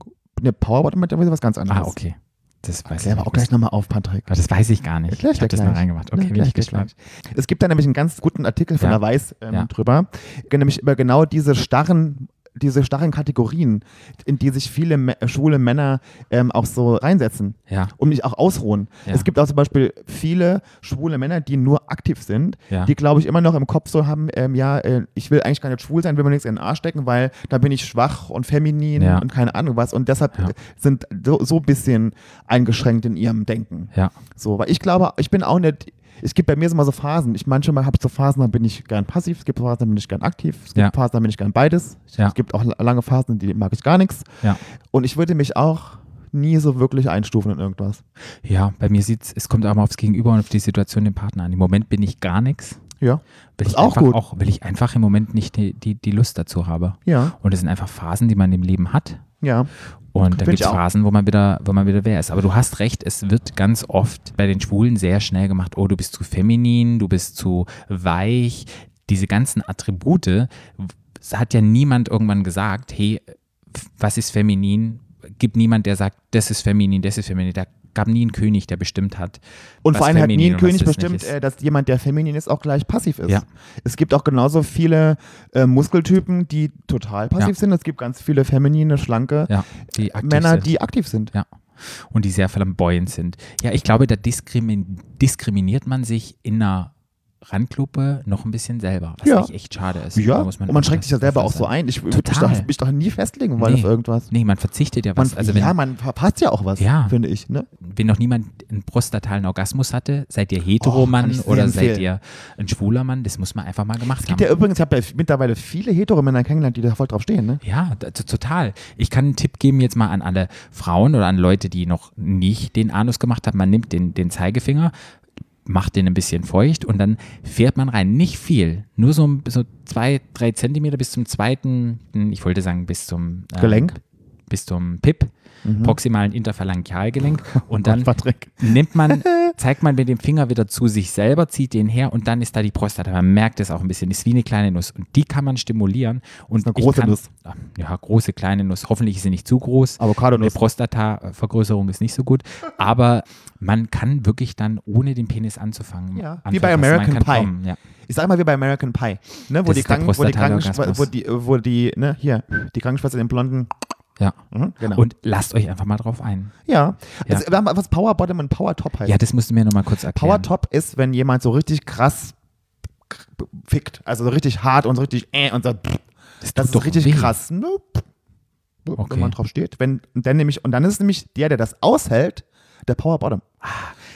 eine Powerbot mit was ganz anderes.
Ah, okay. Das weiß
Klär
ich
aber auch
nicht.
gleich nochmal auf, Patrick.
Aber das weiß ich gar nicht.
Gleich,
ich habe
gleich.
das mal reingemacht. Okay,
Ja,
bin ich
gleich, gleich,
gespannt.
Es gibt da nämlich einen ganz guten Artikel von
Ja.
der Weiß ähm,
Ja.
drüber, ge- nämlich über genau diese starren, diese starren Kategorien, in die sich viele mä- schwule Männer ähm, auch so reinsetzen
Ja,
um mich auch ausruhen.
Ja.
Es gibt auch zum Beispiel viele schwule Männer, die nur aktiv sind,
Ja.
die, glaube ich, immer noch im Kopf so haben, ähm, ja, äh, ich will eigentlich gar nicht schwul sein, will mir nichts in den Arsch stecken, weil da bin ich schwach und feminin
Ja.
und keine Ahnung was. Und deshalb
Ja.
äh, sind so, so ein bisschen eingeschränkt in ihrem Denken.
ja.
So, weil ich glaube, ich bin auch nicht, Ich gebe bei mir immer so Phasen. Ich manchmal habe ich so Phasen, da bin ich gern passiv, es gibt Phasen, da bin ich gern aktiv, es gibt
Ja.
Phasen, da bin ich gern beides.
Ja.
Es gibt auch lange Phasen, die mag ich gar nichts.
Ja.
Und ich würde mich auch nie so wirklich einstufen in irgendwas.
Ja, bei mir sieht's, es kommt aber aufs Gegenüber und auf die Situation den Partner an. Im Moment bin ich gar nichts.
Ja.
Will
Ist
ich
auch
einfach
gut.
auch, weil ich einfach im Moment nicht die, die, die Lust dazu habe.
Ja.
Und es sind einfach Phasen, die man im Leben hat.
Ja.
Und
Bin
da
ich
gibt es
auch.
Phasen, wo man wieder, wo man wieder wer ist. Aber du hast recht, es wird ganz oft bei den Schwulen sehr schnell gemacht, oh, du bist zu feminin, du bist zu weich. Diese ganzen Attribute w- es hat ja niemand irgendwann gesagt, hey, f- was ist feminin? Gibt niemand, der sagt, das ist feminin, das ist feminin. Da gab nie einen König, der bestimmt hat.
Und
was
vor allem hat nie
feminin
ein
und was
König
das nicht
bestimmt,
ist.
äh, dass jemand, der feminin ist, auch gleich passiv ist.
Ja.
Es gibt auch genauso viele äh, Muskeltypen, die total passiv
Ja.
sind. Es gibt ganz viele feminine, schlanke
ja, die aktiv
äh, Männer,
sind.
die aktiv sind.
Ja. Und die sehr flamboyant sind. Ja, ich glaube, da diskrimi diskriminiert man sich in einer Randgruppe noch ein bisschen selber, was
Ja.
echt- echt schade ist.
Ja,
Da
und man schreckt sich ja selber auch
aufpassen.
so ein. Ich würde mich,
Total.
doch- mich doch nie festlegen wollen
Nee.
auf irgendwas.
Nee, man verzichtet ja
Man,
was. also wenn,
ja, man verpasst ja auch was,
Ja.
finde ich. Ne?
wenn noch niemand einen prostatalen Orgasmus hatte, seid ihr Heteromann
kann ich sehr
oder seid
empfehlen.
ihr ein schwuler Mann, das muss man einfach mal gemacht haben.
Gibt ja übrigens, ich habe ja mittlerweile viele Hetero-Männer kennengelernt, die da voll drauf stehen. Ne?
Ja, da- t- total. Ich kann einen Tipp geben jetzt mal an alle Frauen oder an Leute, die noch nicht den Anus gemacht haben. Man nimmt den, den Zeigefinger, macht den ein bisschen feucht und dann fährt man rein. Nicht viel, nur so, ein- so zwei, drei Zentimeter bis zum zweiten, hm, ich wollte sagen bis zum äh,
Gelenk?
bis zum PIP, proximalen interphalangialgelenk und dann
Patrick. (laughs)
nimmt man, zeigt man mit dem Finger wieder zu sich selber, zieht den her und dann ist da die Prostata. Man merkt es auch ein bisschen, ist wie eine kleine Nuss und die kann man stimulieren. Und
eine
ich
große
kann,
Nuss.
Ja, große, kleine Nuss. Hoffentlich ist sie nicht zu groß. Eine
Avocadonuss.
Prostata-Vergrößerung ist nicht so gut, aber man kann wirklich dann, ohne den Penis anzufangen,
Ja,
anfangen,
wie bei
also
American
man kann
Pie.
kommen, Ja.
Ich sag mal wie bei American Pie, ne? wo,
Das
die
ist der
Kranken, wo die
Prostataorgasmus.
Krankenschwester, wo die, wo die, ne, hier, die Krankenschwester den blonden,
Ja.
mhm, genau.
Und lasst euch einfach mal drauf ein.
ja,
Ja.
Also, wir haben was Power Bottom und Power Top heißt.
Ja, das musst du mir nochmal kurz erklären.
Power Top ist, wenn jemand so richtig krass k- fickt, also so richtig hart und so richtig äh und so, pff,
das, tut
das ist
doch
richtig
weh.
krass. Ne? Pff.
Okay.
Wenn man drauf steht. Wenn, und, dann nämlich, und dann ist nämlich der, der das aushält, der Power Bottom.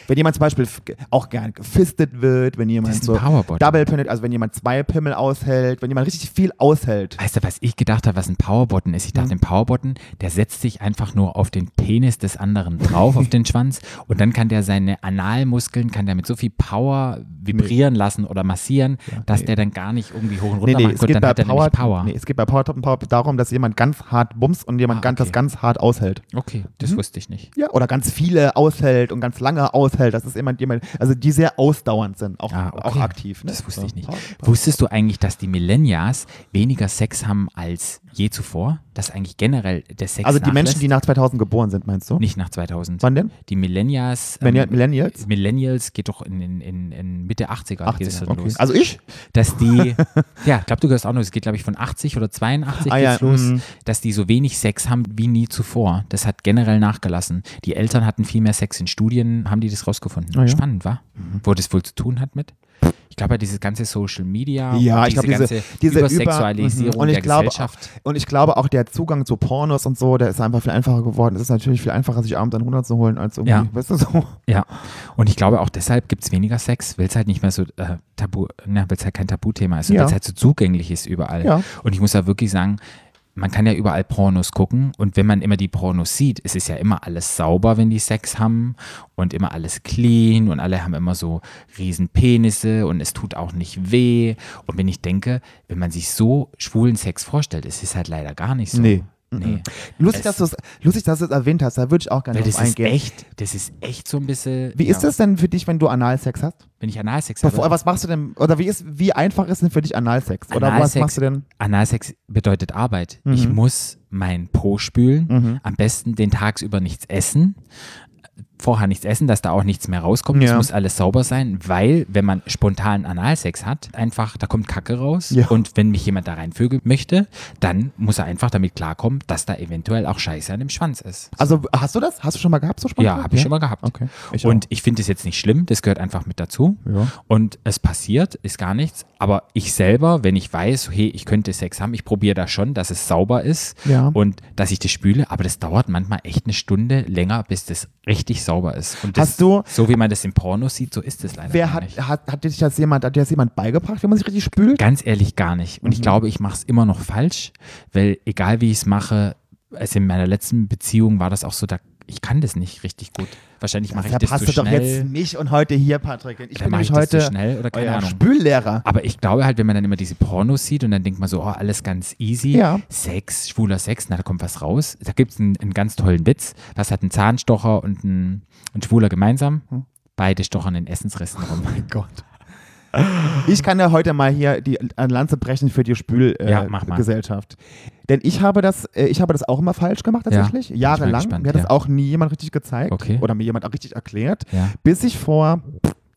Wenn jemand zum Beispiel f- auch gern gefistet wird, wenn jemand
Das ist ein
so
Power Bottom.
Double Pinned, also wenn jemand zwei Pimmel aushält, wenn jemand richtig viel aushält.
Weißt du, was ich gedacht habe, was ein Powerbutton ist? Ich dachte, ein Powerbutton, der setzt sich einfach nur auf den Penis des anderen
(laughs)
drauf, auf den Schwanz. Und dann kann der seine Analmuskeln, kann der mit so viel Power vibrieren lassen oder massieren, dass der dann gar nicht irgendwie hoch und runter macht. Gut, dann hat er nämlich Power.
Nee, es geht bei Power Top und Power darum, dass jemand ganz hart bumst und jemand
Ah,
ganz,
okay.
das ganz hart aushält.
Okay,
Mhm.
das wusste ich nicht.
Ja, oder ganz viele aushält und ganz lange aushält. Das ist jemand, jemand also die sehr ausdauernd sind, auch,
Ah, okay.
auch aktiv. Ne?
Das wusste
So.
ich nicht.
Power-
Wusstest du eigentlich, dass die Millennials weniger Sex haben als je zuvor? Dass eigentlich generell der Sex
Also die Menschen, die
nachlässt?
nach 2000 geboren sind, meinst du?
nicht nach 2000.
Wann denn?
Die Millennials. ähm,
Millennial- halt Millennials?
Millennials geht doch in, in, in, in Mitte 80er, geht es
80,
dann
okay.
los.
Also ich? (laughs)
dass die, ja, ich glaube, du gehörst auch noch, es geht, glaube ich, von 80 oder 82
Ah,
geht's
ja,
los,
mm.
dass die so wenig Sex haben wie nie zuvor. Das hat generell nachgelassen. Die Eltern hatten viel mehr Sex. In Studien haben die das rausgefunden.
Ah, ja.
Spannend, war? Wo das wohl zu tun hat mit? Ich glaube, dieses ganze Social Media,
Ja,
Ah, und
ich
diese
glaube, diese,
ganze
diese
Übersexualisierung
Über- mhm. und ich
der
glaube,
Gesellschaft.
Und ich glaube auch, der Zugang zu Pornos und so, der ist einfach viel einfacher geworden. Es ist natürlich viel einfacher, sich abends einen 100 zu holen, als irgendwie,
Ja.
weißt du, so.
Ja, und ich glaube auch deshalb gibt es weniger Sex, weil es halt nicht mehr so äh, tabu, ne, weil es halt kein Tabuthema ist und
Ja.
weil es halt so zugänglich ist überall.
Ja.
Und ich muss ja wirklich sagen, man kann ja überall Pornos gucken und wenn man immer die Pornos sieht, es ist ja immer alles sauber, wenn die Sex haben und immer alles clean und alle haben immer so riesen Penisse und es tut auch nicht weh. Und wenn ich denke, wenn man sich so schwulen Sex vorstellt, es ist halt leider gar nicht so.
Nee.
Nee.
Lustig, dass
Es-
du es lustig, dass du es erwähnt hast, da würde ich auch gerne
Weil das
drauf
ist
eingehen.
echt, das ist echt so ein bisschen.
Wie ist das denn für dich, wenn du Analsex hast?
Wenn ich Analsex habe.
Bevor, was machst du denn, oder wie, ist, wie einfach ist denn für dich Analsex? Oder was
Analsex-
machst du denn?
Analsex bedeutet Arbeit. Ich
Mhm.
muss meinen Po spülen, am besten den tagsüber nichts essen, vorher nichts essen, dass da auch nichts mehr rauskommt. Es
Ja.
muss alles sauber sein, weil wenn man spontan Analsex hat, einfach, da kommt Kacke raus
Ja.
und wenn mich jemand da reinvögeln möchte, dann muss er einfach damit klarkommen, dass da eventuell auch Scheiße an dem Schwanz ist.
Also hast du das? Hast du schon mal gehabt so spontan?
Ja, habe ich schon mal gehabt.
Okay. Ich
und ich finde es jetzt nicht schlimm, das gehört einfach mit dazu.
Ja.
Und es passiert, ist gar nichts. Aber ich selber, wenn ich weiß, hey, ich könnte Sex haben, ich probiere da schon, dass es sauber ist
Ja.
und dass ich das spüle. Aber das dauert manchmal echt eine Stunde länger, bis das richtig sauber ist. Und das,
Hast du,
so wie man das in Pornos sieht, so ist es leider
wer
gar
hat,
nicht.
hat, hat dir das jemand, hat dir das jemand beigebracht, wie man sich richtig spült?
Ganz ehrlich gar nicht.
Mhm.
Und ich glaube, ich mache es immer noch falsch, weil egal wie ich es mache, also in meiner letzten Beziehung war das auch so, da, ich kann das nicht richtig gut. Wahrscheinlich mache ich
da
das
passt
zu
du doch jetzt
schnell.
mich und heute hier, Patrick. Ich
Da
bin
mach
nämlich
ich das zu
heute
schnell oder keine
euer
Ahnung.
Spüllehrer.
Aber ich glaube halt, wenn man dann immer diese Pornos sieht und dann denkt man so, oh, alles ganz easy,
Ja.
Sex, schwuler Sex, na, da kommt was raus. Da gibt es einen, einen ganz tollen Witz. Was hat ein Zahnstocher und ein, ein Schwuler gemeinsam?
Hm.
Beide stochern in Essensresten
(laughs)
rum. Oh mein Gott.
Ich kann ja heute mal hier die eine Lanze brechen für die
Ja, mach mal.
Spülgesellschaft. Denn ich habe das, äh, ich habe das auch immer falsch gemacht
Ja.
tatsächlich.
Bin ich mal
Jahrelang.
gespannt,
mir hat das
ja.
auch nie jemand richtig gezeigt
Okay.
oder mir jemand auch richtig erklärt.
Ja.
Bis ich vor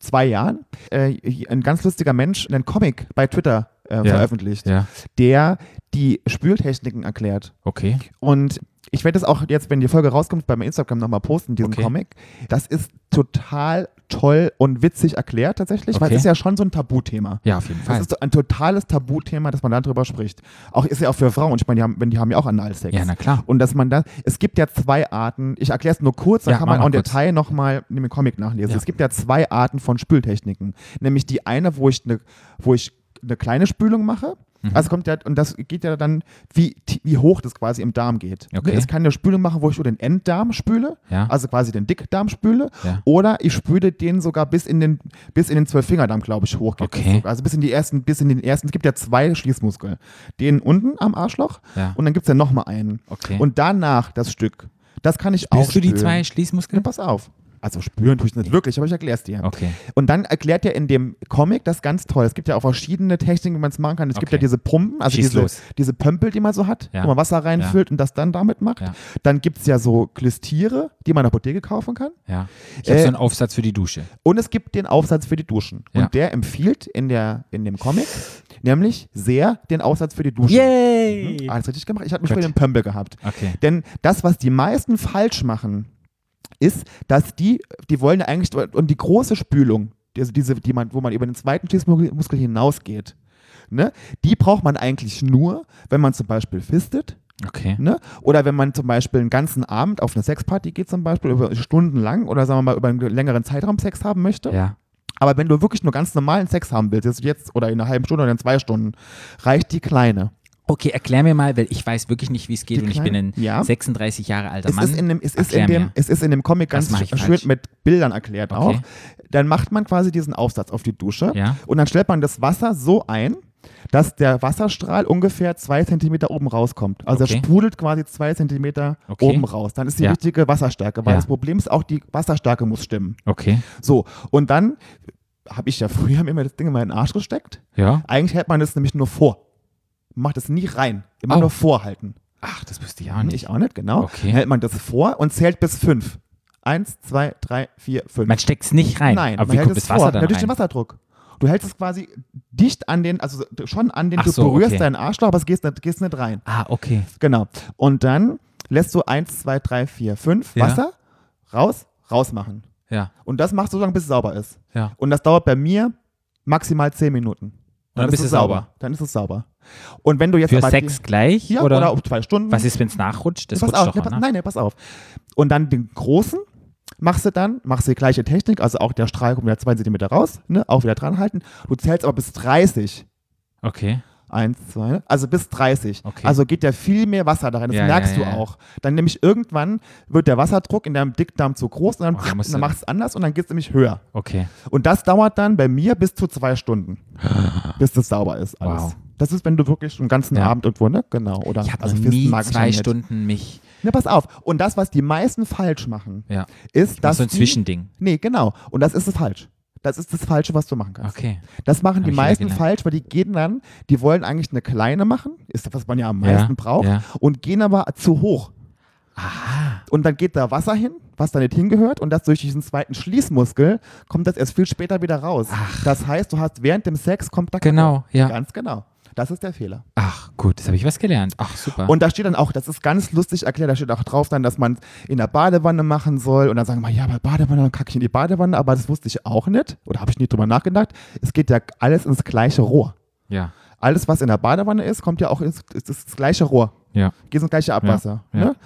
zwei Jahren äh, ein ganz lustiger Mensch einen Comic bei Twitter äh,
Ja.
veröffentlicht,
Ja,
der die Spültechniken erklärt.
okay.
Und ich werde es auch jetzt, wenn die Folge rauskommt, bei meinem Instagram nochmal posten, diesen
Okay.
Comic. Das ist total toll und witzig erklärt tatsächlich, weil
Okay.
es ist ja schon so ein Tabuthema.
Ja, auf jeden
Das
Fall.
ist so ein totales Tabuthema, dass man darüber spricht. Auch ist ja auch für Frauen. Ich meine, die haben, wenn die haben ja auch Analsex.
Ja, na klar.
und dass man da, es gibt ja zwei Arten, ich erkläre es nur kurz, dann
Ja,
kann
mach
man auch im
mal kurz.
Detail nochmal in dem Comic nachlesen.
Ja.
Es gibt ja zwei Arten von Spültechniken. Nämlich die eine, wo ich eine, wo ich eine kleine Spülung mache.
Mhm.
Also kommt ja, und das geht ja dann, wie, ti- wie hoch das quasi im Darm geht. Ne,
Okay.
Es kann eine Spülung machen, wo ich nur den Enddarm spüle,
Ja.
also quasi den Dickdarm spüle,
Ja.
oder ich spüle den sogar bis in den, bis in den Zwölffingerdarm, glaube ich, hoch. geht
Okay.
das. Also bis in die ersten, bis in den ersten, es gibt ja zwei Schließmuskeln. Den unten am Arschloch
Ja.
und dann gibt es ja nochmal einen.
Okay.
Und danach das Stück. Das kann ich auch
Bist du die
spülen.
zwei
Ja,
Schließmuskeln?
pass auf. Also spüren tue ich nicht wirklich, aber ich erkläre es dir.
Okay.
Und dann erklärt er in dem Comic das ganz toll. Es gibt ja auch verschiedene Techniken, wie man es machen kann. Es gibt
Okay.
ja diese Pumpen, also
Schieß
diese,
los.
diese Pömpel, die man so hat,
Ja.
wo man Wasser reinfüllt und das dann damit macht.
Ja.
Dann gibt es ja so Klistiere, die man in der Apotheke kaufen kann.
Ja. Ich habe
Äh,
so einen Aufsatz für die Dusche.
Und es gibt den Aufsatz für die Duschen.
Ja.
Und der empfiehlt in, der, in dem Comic nämlich sehr den Aufsatz für die Duschen.
Yay!
Hm, Alles richtig gemacht. Ich habe mich
Gut.
für den Pömpel gehabt.
Mhm. Okay.
Denn das, was die meisten falsch machen, ist, dass die, die wollen ja eigentlich, und die große Spülung, also diese, die man, wo man über den zweiten Schließmuskel hinausgeht, ne, die braucht man eigentlich nur, wenn man zum Beispiel fistet,
Okay.
ne, oder wenn man zum Beispiel einen ganzen Abend auf eine Sexparty geht, zum Beispiel, über stundenlang oder sagen wir mal über einen längeren Zeitraum Sex haben möchte.
Ja.
Aber wenn du wirklich nur ganz normalen Sex haben willst, jetzt- jetzt oder in einer halben Stunde oder in zwei Stunden, reicht die kleine.
Okay, erklär mir mal, weil ich weiß wirklich nicht, wie es geht
Die
und ich bin
Kleinen-
ein
Ja.
36 Jahre alter
Es
Mann.
ist, in dem, es, ist in
Erklär
dem,
mir.
es ist in dem Comic
Das
ganz
mach ich
schön
falsch.
mit Bildern erklärt
Okay.
auch. Dann macht man quasi diesen Aufsatz auf die Dusche
Ja.
und dann stellt man das Wasser so ein, dass der Wasserstrahl ungefähr zwei Zentimeter oben rauskommt. Also
Okay.
er sprudelt quasi zwei Zentimeter
Okay.
oben raus. Dann ist die
Ja.
richtige Wasserstärke, weil
Ja.
das Problem ist auch, die Wasserstärke muss stimmen.
Okay.
So, und dann habe ich ja früher (laughs) mir immer das Ding in meinen Arsch gesteckt.
Ja.
Eigentlich hält man das nämlich nur vor. Macht es nie rein. Immer
Au.
nur vorhalten.
Ach, das wusste Oh. ich Oh. auch nicht.
Ich auch nicht, genau.
Okay.
Hält man das vor und zählt bis fünf. Eins, zwei, drei, vier, fünf.
Man steckt es nicht rein.
Nein,
aber
man
wie
hält
kommt
es
das
vor.
Wasser dann
Natürlich den
rein?
Wasserdruck. Du hältst es quasi dicht an den, also schon an den,
Ach
du
so,
berührst
okay.
deinen Arschloch, aber es gehst nicht, gehst nicht rein.
Ah, okay.
Genau. Und dann lässt du eins, zwei, drei, vier, fünf
Ja.
Wasser raus, rausmachen.
Ja,
Und das machst du so lange, bis es sauber ist.
ja.
Und das dauert bei mir maximal zehn Minuten.
Dann bist
es
du sauber.
Dann ist es sauber. Und wenn du jetzt
Für
aber
Sex gleich?
die, ja,
oder
oder, auf zwei Stunden.
was ist, wenn es nachrutscht? Das
pass
rutscht
auf,
doch ne?
ja,
auch
pass,
nach.
Nein, nein, pass auf. Und dann den großen machst du dann, machst du die gleiche Technik, also auch der Strahl kommt wieder 2 cm raus, ne, auch wieder dran halten. Du zählst aber bis 30.
Okay.
Eins, zwei, ne? also bis 30.
Okay.
Also geht ja viel mehr Wasser da rein, das
Ja,
merkst
ja, ja,
du
ja.
auch. Dann nämlich irgendwann wird der Wasserdruck in deinem Dickdarm zu groß und dann,
Oh, da musst
dann
du-
machst du es anders und dann geht es nämlich höher.
Okay.
Und das dauert dann bei mir bis zu zwei
(gasps)
Stunden, bis das sauber ist alles.
Wow.
Das ist, wenn du wirklich einen ganzen
Ja.
Abend irgendwo, ne? Genau. Oder
Ich habe
also
noch
Fisten
nie
mag ich ja
zwei
nicht.
Stunden mich.
Na, Ne, pass auf. Und das, was die meisten falsch machen,
Ja.
ist, dass.
Das ist so ein
die-
Zwischending.
Nee, genau. Und das ist es falsch. Das ist das Falsche, was du machen kannst.
Okay.
Das machen
Hab
die
ich wieder
meisten
gelernt.
falsch, weil die gehen dann, die wollen eigentlich eine kleine machen, ist das, was man ja am
Ja,
meisten braucht,
ja.
und gehen aber zu hoch.
Aha.
Und dann geht da Wasser hin, was da nicht hingehört, und das durch diesen zweiten Schließmuskel kommt das erst viel später wieder raus. Das heißt, du hast während dem Sex Kontakt.
Genau, ja.
Ganz genau. Das ist der Fehler.
Ach, gut. Jetzt habe ich was gelernt. Ach, super.
Und da steht dann auch, das ist ganz lustig erklärt, da steht auch drauf dann, dass man in der Badewanne machen soll. Und dann sagen wir, ja, bei Badewanne, dann kacke ich in die Badewanne. Aber das wusste ich auch nicht oder habe ich nie drüber nachgedacht. Es geht ja alles ins gleiche Rohr.
ja.
Alles, was in der Badewanne ist, kommt ja auch ins ist das gleiche Rohr.
Ja.
Gehst ins gleiche Abwasser.
Ja, ja.
Ne?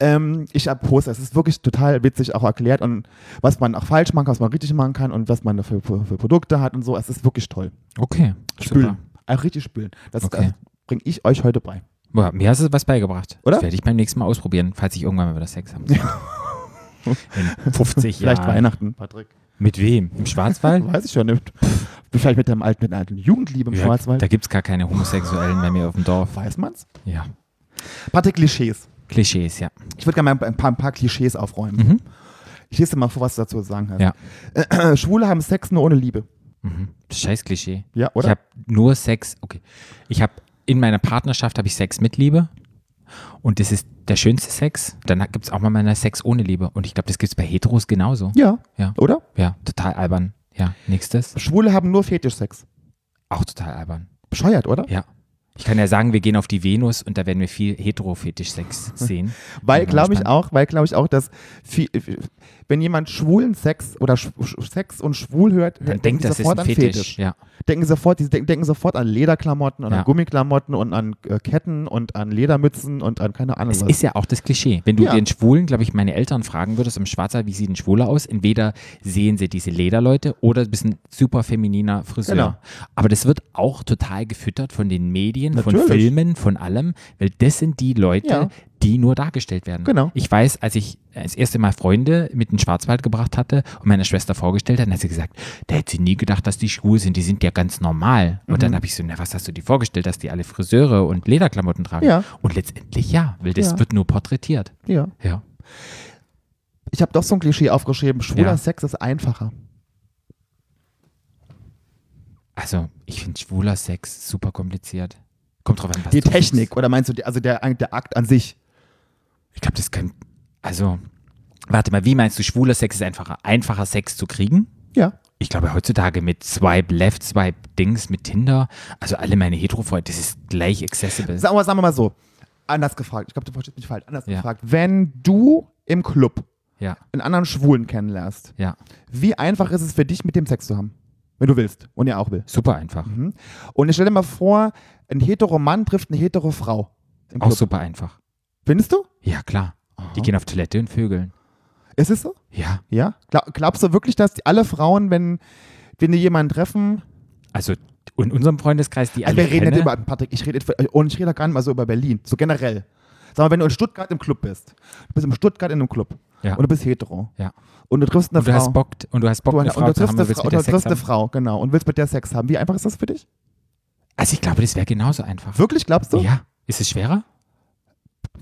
Ähm, ich habe Poster. Es ist wirklich total witzig auch erklärt und was man auch falsch machen kann, was man richtig machen kann und was man dafür für, für Produkte hat und so. Es ist wirklich toll.
Okay.
Spülen. Auch richtig spülen. Das,
Okay.
das bringe ich euch heute bei.
Boah, mir hast du was beigebracht.
Oder?
Das werde ich beim nächsten Mal ausprobieren, falls ich irgendwann mal wieder Sex habe.
(laughs)
In 50
Vielleicht
Jahren.
Weihnachten, Patrick.
Mit wem?
(laughs)
Im Schwarzwald?
Weiß ich schon nicht. Vielleicht mit einem alten, mit einer alten Jugendliebe im
Ja,
Schwarzwald.
Da gibt es gar keine Homosexuellen bei mir auf dem Dorf.
Weiß man's?
Ja.
Patrick Klischees.
Klischees, ja.
Ich würde gerne mal ein paar, ein paar Klischees aufräumen.
Mhm.
Ich lese dir mal vor, was du dazu zu sagen hast.
Ja.
Äh, (clears throat) Schwule haben Sex nur ohne Liebe.
Mhm. Scheiß Klischee.
Ja, oder?
Ich habe nur Sex, okay. Ich habe in meiner Partnerschaft habe ich Sex mit Liebe und das ist der schönste Sex. Dann gibt es auch mal mal Sex ohne Liebe und ich glaube, das gibt es bei Heteros genauso.
ja.
Ja.
Oder?
Ja, total albern. Ja, nächstes.
Schwule haben nur Fetischsex.
Auch total albern.
Bescheuert, oder?
Ja. Ich kann ja sagen, wir gehen auf die Venus und da werden wir viel
(laughs)
Heterofetisch-Sex sehen.
Weil,
Bin mal
glaube ich
gespannt.
auch, weil, glaube ich auch, dass viel, wenn jemand schwulen Sex oder sch sch- Sex und schwul hört,
Dann
denken
denkt,
die
das ist ein
sofort
Fetisch.
an Fetisch.
Ja.
Denken sofort, die denken, denken sofort an Lederklamotten und
Ja.
an Gummiklamotten und an äh, Ketten und an Ledermützen und an keine Ahnung
Es
was.
ist ja auch das Klischee. Wenn du
Ja.
den Schwulen, glaube ich, meine Eltern fragen würdest im Schwarzer, wie sieht ein Schwuler aus? Entweder sehen sie diese Lederleute oder du bist ein super femininer Friseur.
Genau.
Aber das wird auch total gefüttert von den Medien, von
Natürlich.
Filmen, von allem, weil das sind die Leute,
Ja.
die nur dargestellt werden.
Genau.
Ich weiß, als ich das erste Mal Freunde mit in den Schwarzwald gebracht hatte und meine Schwester vorgestellt hat, dann hat sie gesagt, da hätte sie nie gedacht, dass die schwul sind, die sind ja ganz normal. Und
Mhm.
dann habe ich so, na, was hast du dir vorgestellt, dass die alle Friseure und Lederklamotten tragen?
Ja.
Und letztendlich ja, weil das
Ja.
wird nur porträtiert.
ja.
Ja.
Ich habe doch so ein Klischee aufgeschrieben, schwuler
Ja.
Sex ist einfacher.
Also, ich finde schwuler Sex super kompliziert. Kommt drauf an, was
Die
du
Technik, oder meinst du, die, also der, der Akt an sich?
Ich glaube, das kann. Also, warte mal, wie meinst du, schwuler Sex ist einfacher? Einfacher Sex zu kriegen?
Ja.
Ich glaube, heutzutage mit Swipe Left, Swipe Dings, mit Tinder, also alle meine Hetero-Freunde, das ist gleich accessible.
Sagen wir, sagen wir mal so, anders gefragt, ich glaube, du verstehst mich falsch, anders
Ja.
gefragt, wenn du im Club
ja,
einen anderen Schwulen kennenlernst,
ja.
wie einfach ist es für dich, mit dem Sex zu haben? Wenn du willst und er auch will.
Super einfach.
Und ich stell dir mal vor, ein hetero Mann trifft eine hetero Frau. Im
Auch
Club.
super einfach.
Findest du?
Ja, klar. Die gehen auf Toilette und vögeln.
Ist es so?
Ja.
Ja? Glaub, glaubst du wirklich, dass die, alle Frauen, wenn, wenn die jemanden treffen,
Also in unserem Freundeskreis, die alle
Also wir reden
kenne,
nicht über Patrick, ich rede, jetzt- und ich rede auch gar nicht mal so über Berlin, so generell. Sag mal, wenn du in Stuttgart im Club bist, du bist in Stuttgart in einem Club
Ja.
und du bist hetero
Ja.
und du triffst eine
Und du
Frau.
hast Bock, und du hast Bock,
du,
eine
und
Frau
du
zu
triffst
haben,
eine
und willst
Frau,
mit
und du
der
triffst
Sex
eine
haben.
Frau, genau, und willst mit der Sex haben. Wie einfach ist das für dich?
Also ich glaube, das wäre genauso einfach.
Wirklich, glaubst du?
Ja. Ist es schwerer?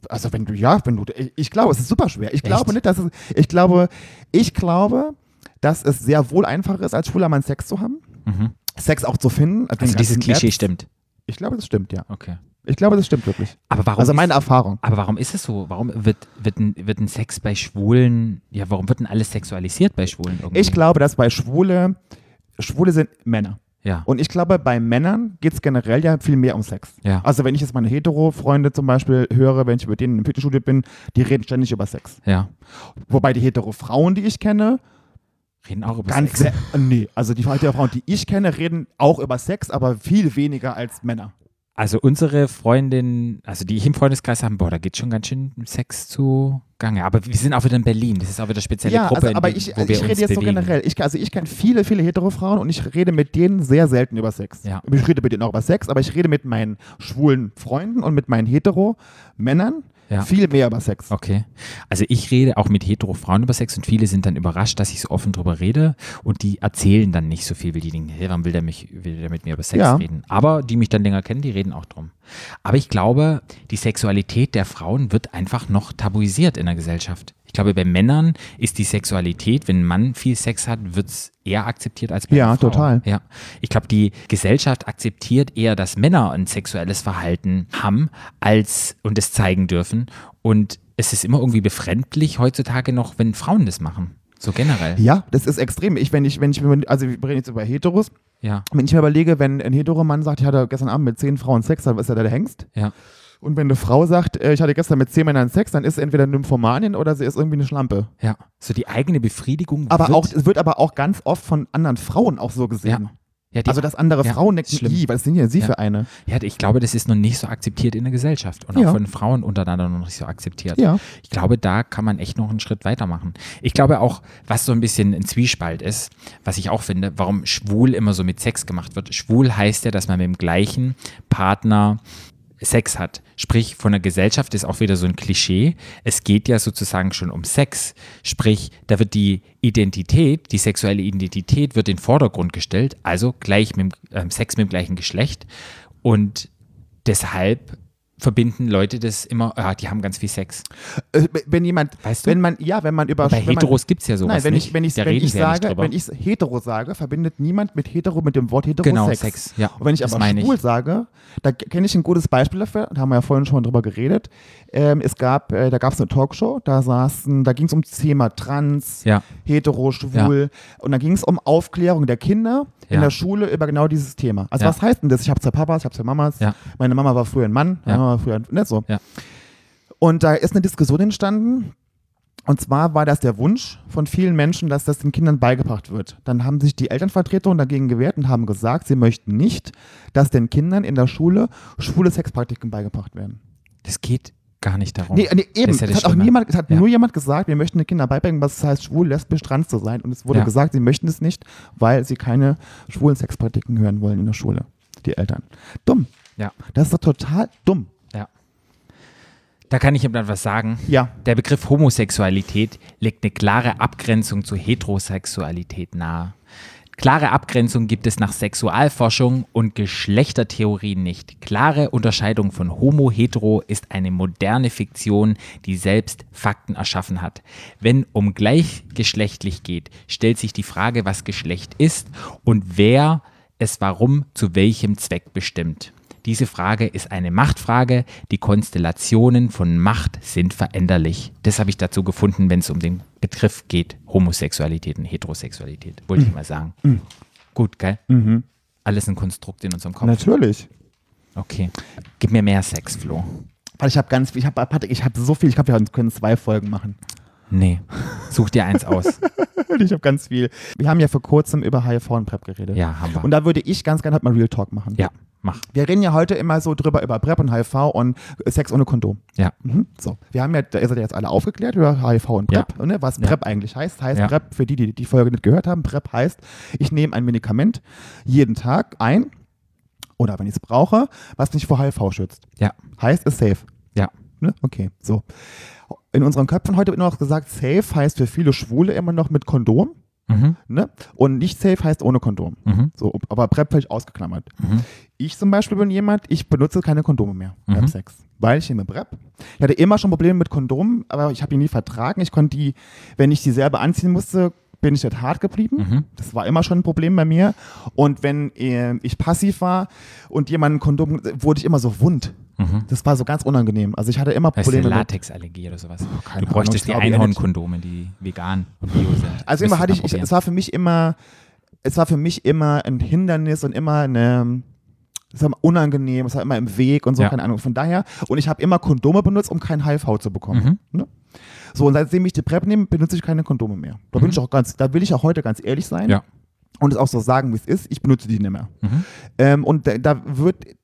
Also wenn du, ja, wenn du, ich, ich glaube, es ist super schwer. Ich glaube
Echt?
nicht, dass es, ich glaube, ich glaube, dass es sehr wohl einfach ist, als schwuler Mann Sex zu haben,
Mhm.
Sex auch zu finden. den
Also dieses
ganzen
Klischee
Apps.
stimmt.
Ich glaube, das stimmt, ja.
Okay.
Ich glaube, das stimmt wirklich.
Aber warum,
Also meine
ist,
Erfahrung.
aber warum ist es so? Warum wird, wird, ein, wird ein Sex bei Schwulen, ja, warum wird denn alles sexualisiert bei Schwulen irgendwie?
Ich glaube, dass bei Schwule, Schwule sind Männer.
Ja.
Und ich glaube, bei Männern geht es generell ja viel mehr um Sex.
Ja.
Also wenn ich jetzt meine Hetero-Freunde zum Beispiel höre, wenn ich mit denen im Fitnessstudio bin, die reden ständig über Sex.
ja.
Wobei die Hetero-Frauen, die ich kenne,
Reden auch über
Ganz
Sex.
sehr, nee, also die Frauen, die ich kenne, reden auch über Sex, aber viel weniger als Männer.
Also unsere Freundin, also die ich im Freundeskreis haben, boah, da geht schon ganz schön Sex zu Gange. Aber wir sind auch wieder in Berlin. Das ist auch wieder spezielle
Ja,
Gruppe,
also, aber
in,
ich,
wo
also
wir
ich
uns
rede jetzt so
bewegen.
generell. Ich, also ich kenne viele, viele hetero Frauen und ich rede mit denen sehr selten über Sex.
Ja.
Ich rede mit denen auch über Sex, aber ich rede mit meinen schwulen Freunden und mit meinen hetero Männern
Ja.
viel mehr über Sex.
Okay. Also ich rede auch mit hetero Frauen über Sex und viele sind dann überrascht, dass ich so offen drüber rede und die erzählen dann nicht so viel, weil die denken, hey, warum will der, mich, will der mit mir über Sex
Ja.
reden? Aber die mich dann länger kennen, die reden auch drum. Aber ich glaube, die Sexualität der Frauen wird einfach noch tabuisiert in der Gesellschaft. Ich glaube, bei Männern ist die Sexualität, wenn ein Mann viel Sex hat, wird es eher akzeptiert als bei
Ja,
einer Frau.
total.
Ja. Ich glaube, die Gesellschaft akzeptiert eher, dass Männer ein sexuelles Verhalten haben als und es zeigen dürfen. Und es ist immer irgendwie befremdlich heutzutage noch, wenn Frauen das machen. So generell.
Ja, das ist extrem. Ich, wenn ich, wenn ich, mir- also wir reden jetzt über Heteros.
Ja,
Wenn ich mir überlege, wenn ein hetero Mann sagt, ich hatte gestern Abend mit zehn Frauen Sex, dann ist er da der Hengst.
ja.
Und wenn eine Frau sagt, äh, ich hatte gestern mit zehn Männern Sex, dann ist sie entweder Nymphomanin oder sie ist irgendwie eine Schlampe.
Ja, so die eigene Befriedigung.
Aber
wird,
auch, es wird aber auch ganz oft von anderen Frauen auch so gesehen.
Ja. Ja, die-
Also, dass andere
ja,
Frauen denken,
schlimm.
"Ih, was sind denn sie
Ja.
für eine?
Ja, ich glaube, das ist noch nicht so akzeptiert in der Gesellschaft und auch
Ja.
von Frauen untereinander noch nicht so akzeptiert.
Ja.
Ich glaube, da kann man echt noch einen Schritt weitermachen. Ich glaube auch, was so ein bisschen ein Zwiespalt ist, was ich auch finde, warum schwul immer so mit Sex gemacht wird. Schwul heißt ja, dass man mit dem gleichen Partner Sex hat. Sprich, von der Gesellschaft ist auch wieder so ein Klischee. Es geht ja sozusagen schon um Sex. Sprich, da wird die Identität, die sexuelle Identität wird in den Vordergrund gestellt, also gleich mit dem, ähm, Sex mit dem gleichen Geschlecht. Und deshalb verbinden Leute das immer, ah, die haben ganz viel Sex.
Äh, wenn jemand,
Weißt du?
wenn man, ja, wenn man über
Bei
wenn man,
Heteros gibt es ja sowas
Nein, wenn
nicht.
ich, wenn ich,
da
wenn
reden
ich
sie ja nicht
sage,
drüber.
wenn ich hetero sage, verbindet niemand mit hetero mit dem Wort hetero
Genau,
Sex.
Sex, ja.
Und wenn ich
Das
aber
meine ich.
schwul sage, da k- kenne ich ein gutes Beispiel dafür, da haben wir ja vorhin schon drüber geredet. Ähm, es gab, äh, da gab es eine Talkshow, da saßen, da ging es um das Thema trans,
Ja.
hetero, schwul und da ging es um Aufklärung der Kinder in
Ja.
der Schule über genau dieses Thema. Also
Ja.
was heißt denn das? Ich habe zwei Papas, ich habe zwei Mamas,
Ja.
meine Mama war früher ein Mann, meine
Ja.
Mama war früher ein, ne, so.
Ja.
Und da ist eine Diskussion entstanden, und zwar war das der Wunsch von vielen Menschen, dass das den Kindern beigebracht wird. Dann haben sich die Elternvertretungen dagegen gewehrt und haben gesagt, sie möchten nicht, dass den Kindern in der Schule schwule Sexpraktiken beigebracht werden.
das geht gar nicht darum.
Nee, nee eben.
Das ist ja
es
das
hat, auch
Schlimme.
niemand, es hat
Ja.
nur jemand gesagt, wir möchten den Kindern beibringen, was es heißt, schwul, lesbisch, trans zu sein. Und es wurde
Ja.
gesagt, sie möchten es nicht, weil sie keine schwulen Sexpraktiken hören wollen in der Schule. Die Eltern. Dumm.
Ja.
Das ist doch total dumm.
Ja. Da kann ich jemand was sagen.
Ja.
Der Begriff Homosexualität legt eine klare Abgrenzung zu Heterosexualität nahe. Klare Abgrenzung gibt es nach Sexualforschung und Geschlechtertheorien nicht. Klare Unterscheidung von Homo hetero ist eine moderne Fiktion, die selbst Fakten erschaffen hat. Wenn um gleichgeschlechtlich geht, stellt sich die Frage, was Geschlecht ist und wer es warum zu welchem Zweck bestimmt. Diese Frage ist eine Machtfrage. Die Konstellationen von Macht sind veränderlich. Das habe ich dazu gefunden, wenn es um den Begriff geht: Homosexualität und Heterosexualität. Wollte ich mal sagen. Gut, gell? Alles ein Konstrukt in unserem Kopf.
Natürlich.
Okay. Gib mir mehr Sex, Flo.
Weil ich habe ganz viel, ich habe ich hab so viel, ich glaube, wir können zwei Folgen machen. (laughs)
Nee. Such dir eins aus.
Ich habe ganz viel. Wir haben ja vor kurzem über HIV und PrEP geredet.
Ja, haben wir.
Und da würde ich ganz gerne halt mal Real Talk machen.
Ja, mach.
Wir reden ja heute immer so drüber über PrEP und HIV und Sex ohne Kondom.
Ja.
Mhm. So, wir haben ja, da seid ihr jetzt alle aufgeklärt über HIV und
Ja.
PrEP, ne? was PrEP eigentlich heißt. Heißt
Ja.
PrEP, für die, die die Folge nicht gehört haben, PrEP heißt, ich nehme ein Medikament jeden Tag ein oder wenn ich es brauche, was mich vor HIV schützt.
Ja.
Heißt, ist safe.
Ja.
Ne? Okay, so. In unseren Köpfen heute wird nur noch gesagt, safe heißt für viele Schwule immer noch mit Kondom.
Mhm.
Ne? Und nicht safe heißt ohne Kondom.
Mhm.
So, aber PrEP völlig ausgeklammert.
Mhm.
Ich zum Beispiel bin jemand, ich benutze keine Kondome mehr
Mhm.
beim Sex, weil ich nehme PrEP. Ich hatte immer schon Probleme mit Kondomen, aber ich habe die nie vertragen. Ich konnte die, wenn ich die selber anziehen musste, bin ich dort hart geblieben.
Mhm.
Das war immer schon ein Problem bei mir. Und wenn äh, ich passiv war und jemand ein Kondom, wurde ich immer so wund.
Mhm.
Das war so ganz unangenehm. Also ich hatte immer
Weißt du,
Probleme mit Oh,
Latexallergie oder sowas.
keine
du bräuchtest
Ahnung, ich
die
glaube eher nicht.
Einhornkondome, die vegan und bio sind.
Also immer hatte
Müsstest mal
ich, ich,
probieren.
es war für mich immer, es war für mich immer ein Hindernis und immer eine, es war immer unangenehm, es war immer im Weg und so,
Ja.
keine Ahnung. Von daher, und ich habe immer Kondome benutzt, um kein HIV zu
Mhm.
bekommen. Ne? So, und seitdem ich die PrEP nehme, benutze ich keine Kondome mehr. Da
Mhm.
bin ich auch ganz, da will ich auch heute ganz ehrlich sein
Ja.
und es auch so sagen, wie es ist, ich benutze die nicht mehr.
Mhm.
Ähm, und da, da wird, d-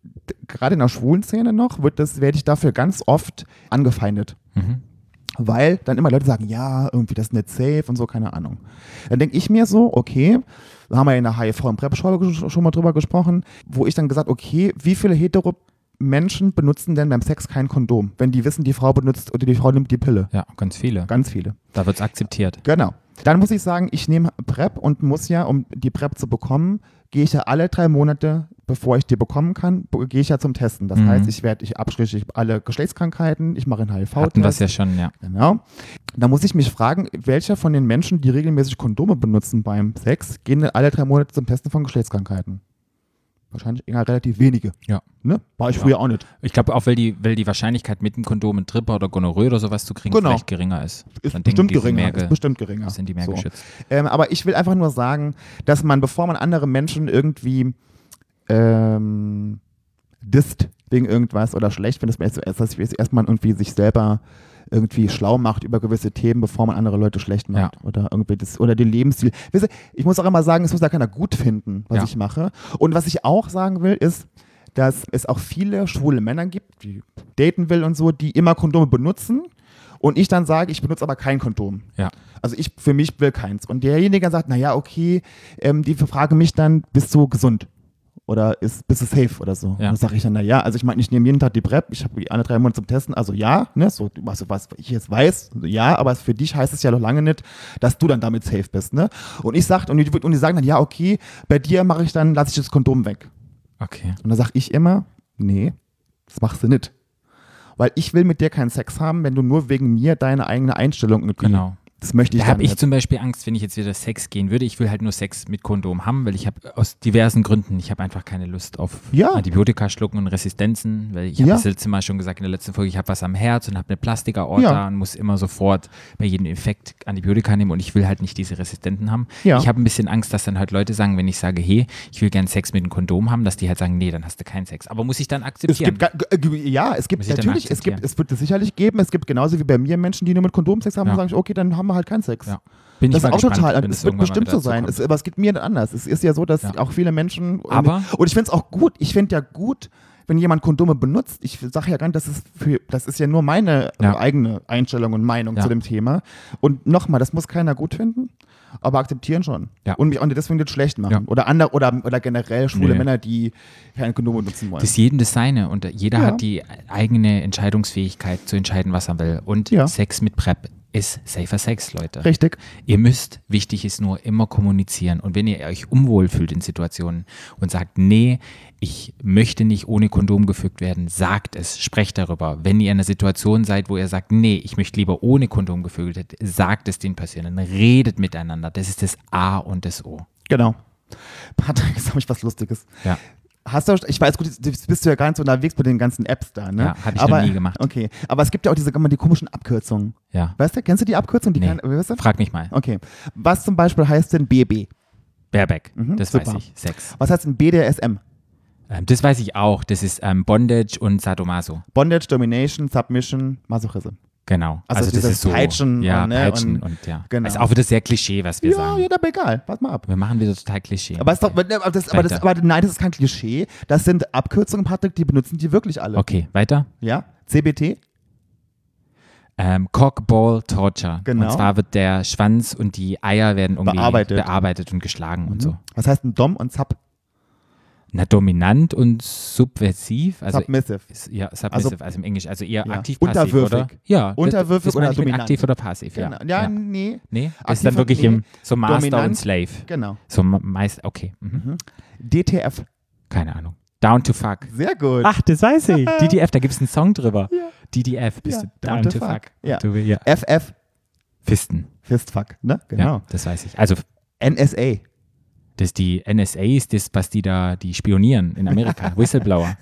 gerade in der schwulen Szene noch, wird das, werde ich dafür ganz oft angefeindet.
Mhm.
Weil dann immer Leute sagen, ja, irgendwie das ist nicht safe und so, keine Ahnung. Dann denke ich mir so, okay, da haben wir in der HIV und prep schon schon mal drüber gesprochen, wo ich dann gesagt, okay, wie viele hetero Menschen benutzen denn beim Sex kein Kondom, wenn die wissen, die Frau benutzt oder die Frau nimmt die Pille?
Ja, ganz viele.
Ganz viele.
Da wird es akzeptiert.
Genau. Dann muss ich sagen, ich nehme PrEP und muss ja, um die PrEP zu bekommen, gehe ich ja alle drei Monate, bevor ich die bekommen kann, be- gehe ich ja zum Testen. Das
Mhm.
heißt, ich werde, ich abschließe alle Geschlechtskrankheiten, ich mache einen
Hatten wir es
HIV-Test.
ja schon, ja.
Genau. Da muss ich mich fragen, welcher von den Menschen, die regelmäßig Kondome benutzen beim Sex, gehen denn alle drei Monate zum Testen von Geschlechtskrankheiten? Wahrscheinlich eher relativ wenige.
Ja.
Ne? War ich früher auch nicht.
Ich glaube auch, weil die, weil die Wahrscheinlichkeit mit dem Kondom einen Tripper oder Gonorrhoe oder sowas zu kriegen
Genau.
vielleicht geringer
Ist
ist. Dann denken
bestimmt
die, sind
geringer.
mehr ge-
Ist bestimmt geringer.
sind die mehr
So.
geschützt.
Ähm, aber ich will einfach nur sagen, dass man, bevor man andere Menschen irgendwie ähm, disst wegen irgendwas oder schlecht findet, dass man erst- erst- dass man erstmal irgendwie sich selber irgendwie schlau macht über gewisse Themen, bevor man andere Leute schlecht macht. Oder irgendwie das, oder den Lebensstil. Wisst ihr, ich muss auch immer sagen, es muss ja keiner gut finden, was
Ja.
ich mache. Und was ich auch sagen will, ist, dass es auch viele schwule Männer gibt, die daten will und so, die immer Kondome benutzen. Und ich dann sage, ich benutze aber kein Kondom.
Ja.
Also ich für mich will keins. Und derjenige dann sagt, naja, okay, ähm, die fragen mich dann, bist du gesund? Oder ist, bist du safe oder so?
Ja.
Und dann sage ich dann, naja, also ich meine, ich nehme jeden Tag die PrEP, ich habe die alle drei Monate zum Testen, also ja, ne, so, was, was ich jetzt weiß, ja, aber für dich heißt es ja noch lange nicht, dass du dann damit safe bist, ne? Und ich sag, und die, und die sagen dann, ja, okay, bei dir mache ich dann, lasse ich das Kondom weg.
Okay.
Und da sage ich immer, nee, das machst du nicht. Weil ich will mit dir keinen Sex haben, wenn du nur wegen mir deine eigene Einstellung irgendwie-
Genau.
Das möchte ich
Da habe
dann
ich
nicht.
zum Beispiel Angst, wenn ich jetzt wieder Sex gehen würde. Ich will halt nur Sex mit Kondom haben, weil ich habe aus diversen Gründen, ich habe einfach keine Lust auf
Ja.
Antibiotika schlucken und Resistenzen, weil ich habe
Ja.
das letzte Mal schon gesagt in der letzten Folge, ich habe was am Herz und habe eine Plastikaorta
Ja.
und muss immer sofort bei jedem Infekt Antibiotika nehmen und ich will halt nicht diese Resistenten haben.
Ja.
Ich habe ein bisschen Angst, dass dann halt Leute sagen, wenn ich sage, hey, ich will gern Sex mit einem Kondom haben, dass die halt sagen, nee, dann hast du keinen Sex. Aber muss ich dann
Es gibt,
akzeptieren?
ga- g- g- ja, es gibt
Muss ich dann
natürlich, es gibt,
akzeptieren?
es wird es sicherlich geben, es gibt genauso wie bei mir Menschen, die nur mit Kondomsex haben
Ja.
und sagen, okay, dann haben wir halt keinen Sex.
ja. Bin
Das
ich
ist
mal
auch
gespannt,
total,
wenn
es
das
wird
irgendwann mal
bestimmt
wieder
so sein,
dazu
es, aber es geht mir nicht anders. Es ist ja so, dass
Ja.
auch viele Menschen,
Aber-
und ich finde es auch gut, ich finde ja gut, wenn jemand Kondome benutzt, ich sage ja gar nicht, das ist, für, das ist ja nur meine
Ja.
äh, eigene Einstellung und Meinung
Ja.
zu dem Thema. Und nochmal, das muss keiner gut finden, aber akzeptieren schon.
Ja.
Und mich auch nicht deswegen nicht schlecht machen.
Ja.
Oder, ander, oder, oder generell schwule
Nee.
Männer, die kein Kondom benutzen wollen.
Das ist jedem das seine und jeder
Ja.
hat die eigene Entscheidungsfähigkeit zu entscheiden, was er will. Und
Ja.
Sex mit PrEP ist safer Sex, Leute.
Richtig.
Ihr müsst, wichtig ist nur, immer kommunizieren. Und wenn ihr euch unwohl fühlt in Situationen und sagt, nee, ich möchte nicht ohne Kondom gefügt werden, sagt es, sprecht darüber. Wenn ihr in einer Situation seid, wo ihr sagt, nee, ich möchte lieber ohne Kondom gefügt werden, sagt es den Patienten, redet miteinander. Das ist das A und das O.
Genau. Patrick, (laughs) jetzt habe ich was Lustiges.
Ja.
Hast du, ich weiß gut, jetzt bist du ja gar nicht so unterwegs mit den ganzen Apps da, ne?
Ja, hab ich noch
Aber-
nie gemacht.
Okay, aber es gibt ja auch diese, die komischen Abkürzungen.
Ja.
Weißt du, kennst du die Abkürzung? Die
Nee.
kann, weißt du?
Frag mich mal.
Okay. Was zum Beispiel heißt denn BB?
Baerbeck, das weiß
Mhm. super.
ich. Sex.
Was heißt denn BDSM?
Ähm, das weiß ich auch. Das ist ähm, Bondage und Sadomaso.
Bondage, Domination, Submission, Masochism.
Genau.
Also dieses Peitschen
ja,
und, ne,
Peitschen und,
und-
ja.
genau.
Ist auch wieder sehr Klischee, was wir
Ja,
sagen.
ja, aber egal. Warte mal ab.
Wir machen wieder total Klischee.
Aber, ist doch, aber, das, aber, das,
Weiter.
aber nein, das ist kein Klischee. Das sind Abkürzungen, Patrick, die benutzen die wirklich alle.
okay, weiter.
Ja? CBT?
Ähm, Cockball Torture.
Genau.
Und zwar wird der Schwanz und die Eier werden irgendwie
Bearbeitet. Mhm.
bearbeitet und geschlagen und so.
Hm? Was heißt denn Dom und Sub?
Na, dominant und subversiv. Also,
Submissive.
ist- ja, submissive, also, im Englisch. Also eher
Ja.
aktiv, passiv,
Unterwürfig.
oder? Ja.
Unterwürfig
das, das meine
oder
ich mit
dominant.
Aktiv oder passiv, ja.
Genau. Ja,
ja.
nee.
Nee,
Aktiv
ist dann
und-
wirklich
nee.
im, so Master und
Dominant.
Slave.
Genau.
So ma- meist, okay. Mhm.
DTF.
Keine Ahnung. Down to fuck.
Sehr gut.
Ach, das weiß (laughs) ich. DDF, da gibt es einen Song drüber. DDF, bist
Ja.
du down, to fuck.
Ja.
Du, ja.
FF.
Fisten.
Fistfuck, ne? Genau.
Ja, das weiß ich. Also,
NSA.
das die NSA ist das, was die da, die spionieren
(laughs)
in Amerika. Whistleblower.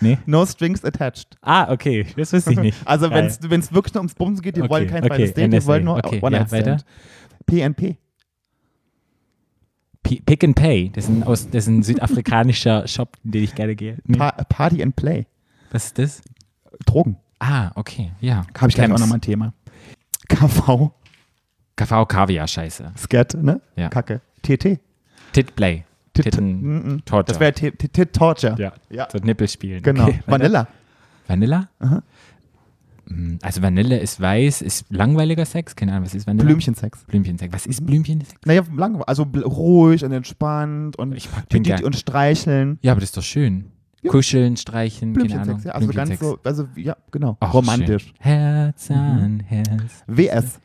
Nee?
No strings attached.
Ah, okay. Das wusste ich nicht.
Also wenn
Geil.
es wirklich nur ums Bumsen geht, die
Okay,
wollen kein
okay,
zweites Date, die
NSA.
wollen nur
Okay,
one
ja,
night stand PNP.
P Pick and Pay, das ist, ein aus, das ist ein südafrikanischer (laughs) Shop, in den ich gerne gehe. Nee.
Pa Party and Play.
Was ist das?
Drogen.
Ah, okay, ja.
Habe ich gleich auch nochmal ein Thema. KV.
KV Kaviar, scheiße.
Skat, ne?
Ja.
Kacke. TT.
Titplay.
Tit- Mm,
Titten. Torture.
Das wäre T- T- Tit Torture.
ja.
Ja.
So Nippelspielen.
Genau.
Okay. (laughs)
Vanilla.
Vanilla? Mm, Also Vanille ist weiß, ist langweiliger Sex, keine Ahnung, was ist Vanille?
Blümchensex.
Blümchensex. Was ist Blümchensex?
Naja, lang, also bl- ruhig und entspannt und,
Ich mag den
und-
gern.
und streicheln.
Ja, aber das ist doch schön. Kuscheln, streichen, keine Ahnung.
Blümchensex, ja. Also ganz
Blümchensex.
so, also ja, genau.
Ach,
Romantisch. Mhm.
Schön. Herz an Herz.
WS.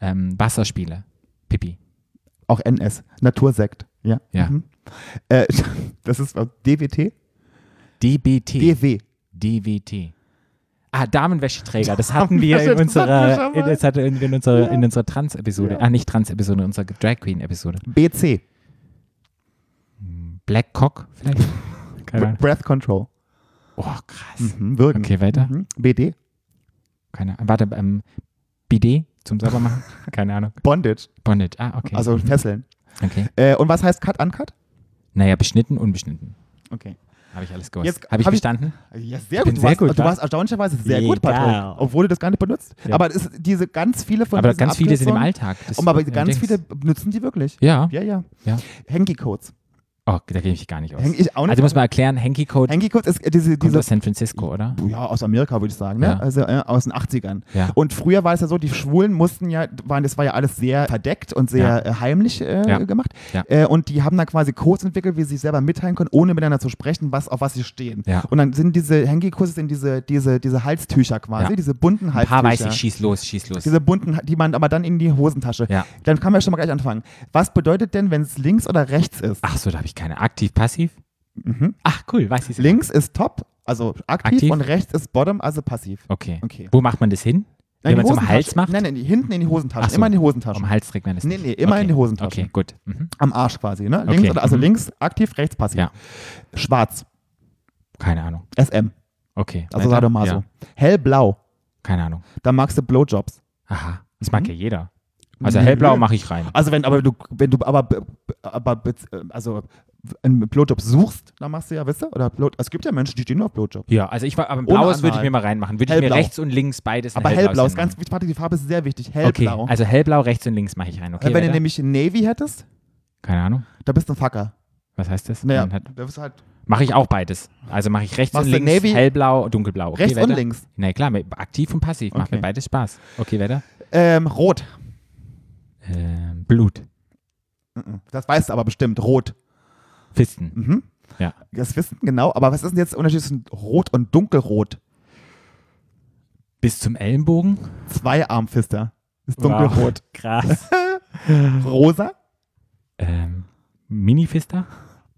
Ähm, Wasserspiele. Pipi.
Auch NS. Natursekt. Ja.
Ja.
Mhm. Äh, (laughs) das ist was,
E.
DWT?
DBT.
DW.
DWT. Ah, Damenwäscheträger,
(laughs)
das hatten wir in
Damenwäsche- das
unserer,
hatten wir schon mal.
das hatte in, in unserer, in unserer Trans-Episode, ah, nicht Trans-Episode, in unserer Drag Queen-Episode.
BC.
Black Cock
(laughs)
vielleicht? Keine Ahnung.
Breath Control.
Oh, krass.
Mhm. Würgen.
Okay, weiter.
Mhm. BD.
Keine Ahnung. Warte, ähm, BD zum
(laughs)
Saubermachen? Keine Ahnung.
Bondage.
Bondage. Ah, okay.
Also Fesseln.
okay.
Äh, und was heißt Cut Uncut?
Naja, beschnitten, unbeschnitten.
Okay.
Habe ich alles gewusst.
Jetzt
Habe ich
hab ich-
bestanden?
Ja, sehr gut.
Ich bin
Du,
sehr
warst,
gut,
du
wa?
warst erstaunlicherweise sehr gut,
Egal.
Patrick, obwohl du das gar nicht benutzt.
Ja.
Aber es, diese ganz viele von
Aber
diesen
ganz viele sind im
Abkürzungen-
Alltag. Das
Um, aber
ist-
ganz
Dings.
viele benutzen die wirklich.
Ja.
Ja, ja.
Ja.
Hanky-Codes.
Oh, da gehe ich gar nicht aus.
Hank- ich auch nicht.
also muss man erklären, Hanky Code
Hanky-Codes ist äh, diese,
kommt
diese
aus San Francisco, oder?
ja, aus Amerika, würde ich sagen, ne?
Ja.
Also äh, aus den 80ern.
Ja.
Und früher war es ja so, die Schwulen mussten ja, waren, das war ja alles sehr verdeckt und sehr
Ja.
äh, heimlich äh,
Ja.
gemacht.
Ja.
Äh, und die haben dann quasi Codes entwickelt, wie sie sich selber mitteilen können, ohne miteinander zu sprechen, was, auf was sie stehen.
Ja.
Und dann sind diese Hanky-Kurse sind diese, diese, diese Halstücher quasi,
Ja.
diese bunten
Ein
Halstücher.
paar weiß ich, schieß los, schieß los.
Diese bunten, die man aber dann in die Hosentasche.
Ja.
Dann kann man ja schon mal gleich anfangen. Was bedeutet denn, wenn es links oder rechts ist?
Ach so, da habe ich keine. Aktiv, passiv?
Mhm.
Ach cool, weiß ich.
Links ist top, also aktiv,
Aktiv?
und rechts ist bottom, also passiv.
Okay.
Okay.
Wo macht man das hin? Wenn
die
man es am
Hosentasche.
Hals macht?
Nein, nein, die- hinten in die Hosentaschen.
Ach so.
Immer in die
Am
Hosentaschen.
Hals trägt man das
Nee,
nicht.
nee, immer
okay.
in die Hosentasche.
Okay, gut. Mhm.
Am Arsch quasi, ne? Links
Okay.
oder, also
Mhm.
links aktiv, rechts passiv.
Ja.
Schwarz,
Keine Ahnung.
SM,
Okay.
also
Weiter?
Sadomaso.
Ja.
Hellblau,
Keine Ahnung.
da magst du Blowjobs.
Aha. Das
Mhm.
mag ja jeder. Also
Nö.
hellblau mache ich rein.
Also wenn aber du wenn du aber b- b- aber b- also einen Blowjob suchst, dann machst du ja, weißt du, oder Blow, es gibt ja Menschen, die stehen nur auf Blowjobs.
Ja, also ich war, aber
Ohne
blaues würde ich
Anhalt.
mir mal reinmachen. Würde ich mir
Hellblau.
rechts und links beides ein
Aber hellblau ist
hinmachen.
ganz wichtig, Patrick, die Farbe ist sehr wichtig,
Okay,
hellblau. Äh,
also hellblau, rechts und links mache ich rein. Okay,
Wenn du
weiter?
nämlich Navy hättest,
Keine Ahnung.
da bist du ein Fucker.
Was heißt das?
Naja,
Man hat-
da bist du halt
Mache ich auch beides. Also mache ich rechts
Machst
und
du
links,
Navy?
hellblau, dunkelblau. Okay,
rechts und
weiter?
links.
Na klar, mit aktiv und passiv. Macht
Okay.
mir beides Spaß. Okay, weiter.
Ähm, rot.
Ähm, Blut.
Mhm. Das weißt du aber bestimmt, rot.
Fisten.
Mhm.
Ja.
Das wissen genau, aber was ist denn jetzt der Unterschied zwischen rot und dunkelrot?
Bis zum Ellenbogen.
Zwei Armfister. Ist dunkelrot.
Krass.
(laughs) Rosa,
ähm, Mini-Fister?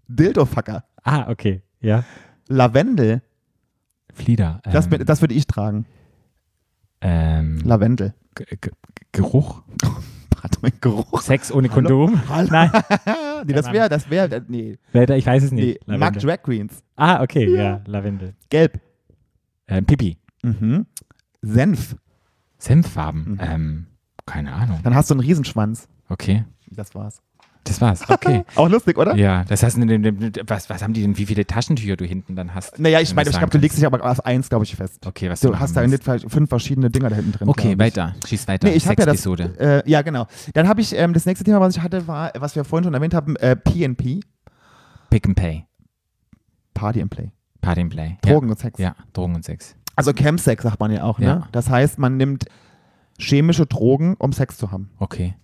Dildofacker,
Ah, okay. Ja.
Lavendel.
Flieder. Ähm,
Das, bin- das würde ich tragen.
ähm,
Lavendel. (laughs)
G- G- Geruch?
Hat mein Geruch.
Sex ohne Kondom?
(laughs) Hallo.
Nein.
nee, das wäre, das wäre, nee.
Weiter, ich weiß es
nee.
nicht.
Mag
Lavendel.
Drag Queens.
ah, okay, ja,
Ja.
Lavendel.
Gelb.
Ähm, Pipi.
Mhm. Senf.
Senffarben.
Mhm.
Ähm, keine Ahnung.
Dann hast du einen Riesenschwanz.
Okay,
Das war's. (laughs)
das war's. Okay.
Auch lustig, oder?
ja, das heißt, ne- ne- ne- was, was haben die denn, wie viele Taschentücher du hinten dann hast?
Naja, ich
Wenn
meine,
du's
ich
sagen
glaube, du legst
kannst.
dich aber auf eins, glaube ich, fest.
Okay, was
Du
machen
hast da
musst.
nicht falsch- fünf verschiedene Dinger da hinten drin.
Okay,
glaub ich.
weiter. Schieß weiter.
Nee, ich habe ja das.
Sexepisode.
Äh, ja, genau. Dann habe ich ähm, das nächste Thema, was ich hatte, war, was wir vorhin schon erwähnt haben, äh, PNP,
Pick and Pay.
Party and Play.
Party and Play.
Drogen und Sex.
Ja. ja, Drogen und Sex.
Also Chemsex sagt man ja auch, ne?
Ja.
Das heißt, man nimmt chemische Drogen, um Sex zu haben.
Okay.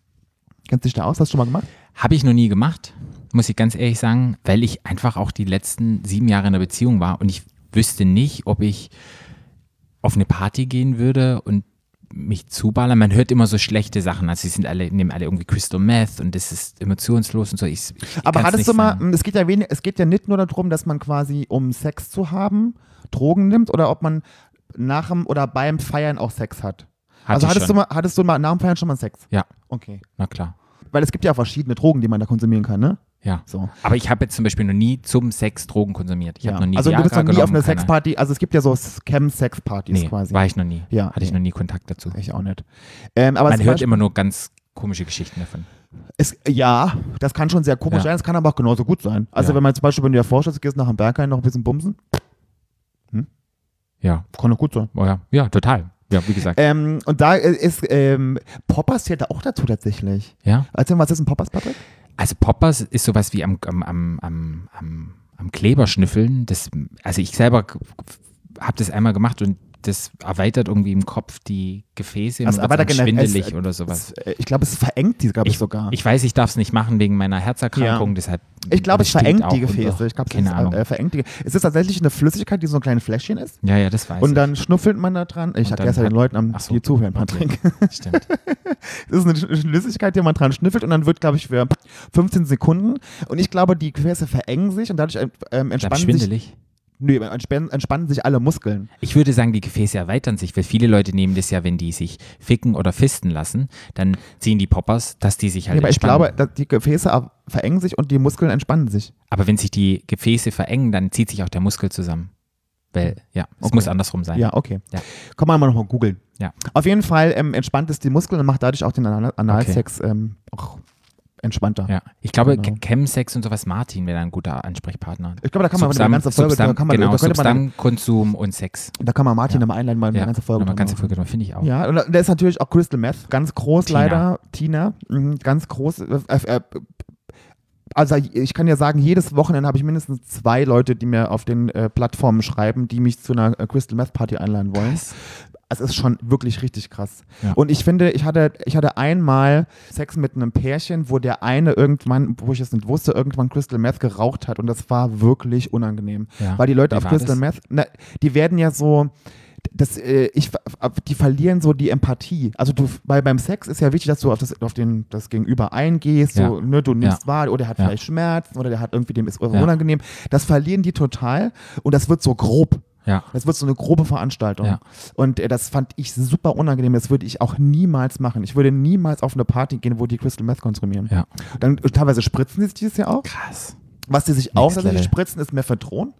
Kennst du dich da aus? Hast du schon mal gemacht?
Habe ich noch nie gemacht, muss ich ganz ehrlich sagen, weil ich einfach auch die letzten sieben Jahre in einer Beziehung war und ich wüsste nicht, ob ich auf eine Party gehen würde und mich zuballern. Man hört immer so schlechte Sachen. Also sie sind alle, nehmen alle irgendwie Crystal Meth und das ist emotionslos und so. Ich, ich
Aber
kann's
hattest
nicht
du mal,
sagen.
mh, es geht ja wenig, es geht ja nicht nur darum, dass man quasi, um Sex zu haben, Drogen nimmt oder ob man nach dem oder beim Feiern auch Sex hat.
Hatte
also
ich
hattest
schon.
du mal, hattest du mal nach dem Feiern schon mal Sex?
Ja,
Okay.
na klar.
Weil es gibt ja auch verschiedene Drogen, die man da konsumieren kann, ne?
Ja.
So.
Aber ich habe jetzt zum Beispiel noch nie zum Sex Drogen konsumiert. Ich habe noch nie
also du bist noch
Viagra
nie auf
genommen,
einer
keine-
Sexparty, also es gibt ja so Cam-Sex-Partys
Nee,
quasi.
war ich noch nie.
Ja,
Hatte ich
nee.
noch nie Kontakt dazu.
ich auch nicht. Ähm, aber
Man
zum
hört
Beispiel-
immer nur ganz komische Geschichten davon.
es, ja, das kann schon sehr komisch
Ja.
sein, es kann aber auch genauso gut sein. Also
Ja.
wenn man zum Beispiel, wenn du ja vorstellst, gehst nach dem Berg ein, noch ein bisschen bumsen,
Ja,
kann doch gut sein.
oh ja, ja, total. Ja, wie gesagt.
Ähm, und da äh, ist, ähm, Poppers zählt da auch dazu tatsächlich.
ja.
Erzähl mal, was ist ein Poppers, Patrick?
Also Poppers ist sowas wie am, am, am, am, am, am Kleber schnüffeln. Das, also ich selber habe das einmal gemacht und das erweitert irgendwie im Kopf die Gefäße.
Also
Mir wird's
erweitert
dann
generell-
schwindelig
es-
oder sowas.
Es, äh, ich glaube, es verengt die, glaube ich, sogar.
Ich weiß, ich darf es nicht machen wegen meiner Herzerkrankung,
Ja.
deshalb.
Ich glaube, es
stinkt
verengt
auch
die
und
Gefäße.
auch-
Ich glaube, es
keine
ist,
Ahnung.
äh, verengt die. Es ist tatsächlich eine Flüssigkeit, die so ein kleines Fläschchen ist.
ja, ja, das weiß
Und dann schnüffelt man da dran. Ich
Und
erkläre es ja
dann
den Leuten, am,
Ach so.
die zuhören, Patrick.
ich. Stimmt.
Das ist eine Sch- Flüssigkeit, die man dran schnüffelt und dann wird, glaube ich, für 15 Sekunden. Und ich glaube, die Gefäße verengen sich und dadurch ähm,
Bleib
entspannen, sich,
schwindelig.
nö, entspannen, entspannen sich alle Muskeln.
Ich würde sagen, die Gefäße erweitern sich, weil viele Leute nehmen das ja, wenn die sich ficken oder fisten lassen, dann ziehen die Poppers, dass die sich halt
aber ich
entspannen.
glaube, dass die Gefäße ab- verengen sich und die Muskeln entspannen sich.
Aber wenn sich die Gefäße verengen, dann zieht sich auch der Muskel zusammen. Weil, ja, es
Okay.
muss andersrum sein.
Ja, okay.
Ja.
Komm mal nochmal googeln.
Ja.
Auf jeden Fall ähm, entspannt es die Muskeln und macht dadurch auch den Anal Analsex ähm, auch entspannter.
Ja. Ich glaube,
Genau.
Chemsex und sowas, Martin wäre da ein guter Ansprechpartner.
Ich glaube, da kann man
Substan-
eine ganze Folge, da
Substan-
kann man,
genau,
da könnte man,
Substankonsum und Sex.
da kann man Martin im Einleiten mal eine
Ja, genau,
ganze Folge
eine
drüber
ganze
machen.
Folge, finde ich auch.
Ja, und da ist natürlich auch Crystal Meth, ganz groß
Genau. Tina.
leider, Tina, mhm, ganz groß. Äh, äh, also ich kann ja sagen, jedes Wochenende habe ich mindestens zwei Leute, die mir auf den äh, Plattformen schreiben, die mich zu einer äh, Crystal Meth Party einladen wollen.
Krass.
Es ist schon wirklich richtig krass.
Ja.
Und ich finde, ich hatte, ich hatte einmal Sex mit einem Pärchen, wo der eine irgendwann, wo ich es nicht wusste, irgendwann Crystal Meth geraucht hat. Und das war wirklich unangenehm.
Ja.
Weil die Leute
Wie
auf
war
Crystal
das?
Meth, na, die werden ja so. Das, äh, ich, die verlieren so die Empathie. Also du, weil beim Sex ist ja wichtig, dass du auf das, auf den, das Gegenüber eingehst, so,
Ja.
ne, du nimmst
Ja.
wahr, oder er hat
Ja.
vielleicht Schmerzen oder der hat irgendwie dem ist
Ja.
unangenehm. Das verlieren die total und das wird so grob.
Ja.
Das wird so eine grobe Veranstaltung.
Ja.
Und äh, das fand ich super unangenehm. Das würde ich auch niemals machen. Ich würde niemals auf eine Party gehen, wo die Crystal Meth konsumieren.
Ja.
Dann teilweise spritzen die sich das ja auch.
Krass.
Was die sich auch
Next
tatsächlich
level.
spritzen, ist Mephedron.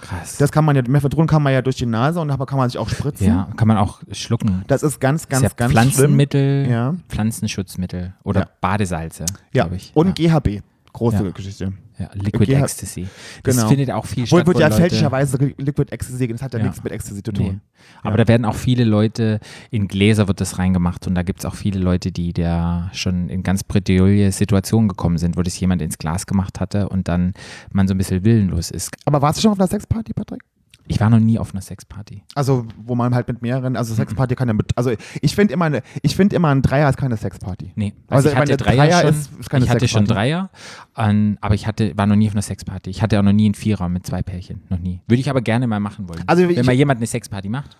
Krass.
Das kann man ja, Mephedron kann man ja durch die Nase und aber kann man sich auch spritzen.
ja, kann man auch schlucken.
Das ist ganz, ganz,
Ist ja
ganz schlimm.
Pflanzenmittel,
Ja.
Pflanzenschutzmittel oder
Ja.
Badesalze,
Ja.
glaube ich.
Und GHB. Große
Ja.
Geschichte.
ja. Ja. Liquid
Geh-
Ecstasy. Das
Genau.
findet auch viel
Obwohl
statt.
wird ja
Leute-
fälschlicherweise Liquid Ecstasy, das hat ja,
Ja.
nichts mit Ecstasy zu
Nee.
tun.
Aber da werden auch viele Leute, in Gläser wird das reingemacht und da gibt es auch viele Leute, die da schon in ganz bredouille Situationen gekommen sind, wo das jemand ins Glas gemacht hatte und dann man so ein bisschen willenlos ist.
Aber warst du schon auf einer Sexparty, Patrick?
Ich war noch nie auf einer Sexparty.
Also, wo man halt mit mehreren, also Sexparty kann ja mit, also ich finde immer, eine, ich finde immer, ein Dreier ist keine Sexparty.
Nee,
Also,
ich
ich
hatte
meine,
Dreier,
Dreier
schon,
ist- ist keine
ich hatte schon
Sexparty.
Dreier, ähm, aber ich hatte, war noch nie auf einer Sexparty. Ich hatte auch noch nie einen Vierer mit zwei Pärchen, noch nie. Würde ich aber gerne mal machen wollen.
Also,
Wenn
ich-
mal jemand eine Sexparty macht,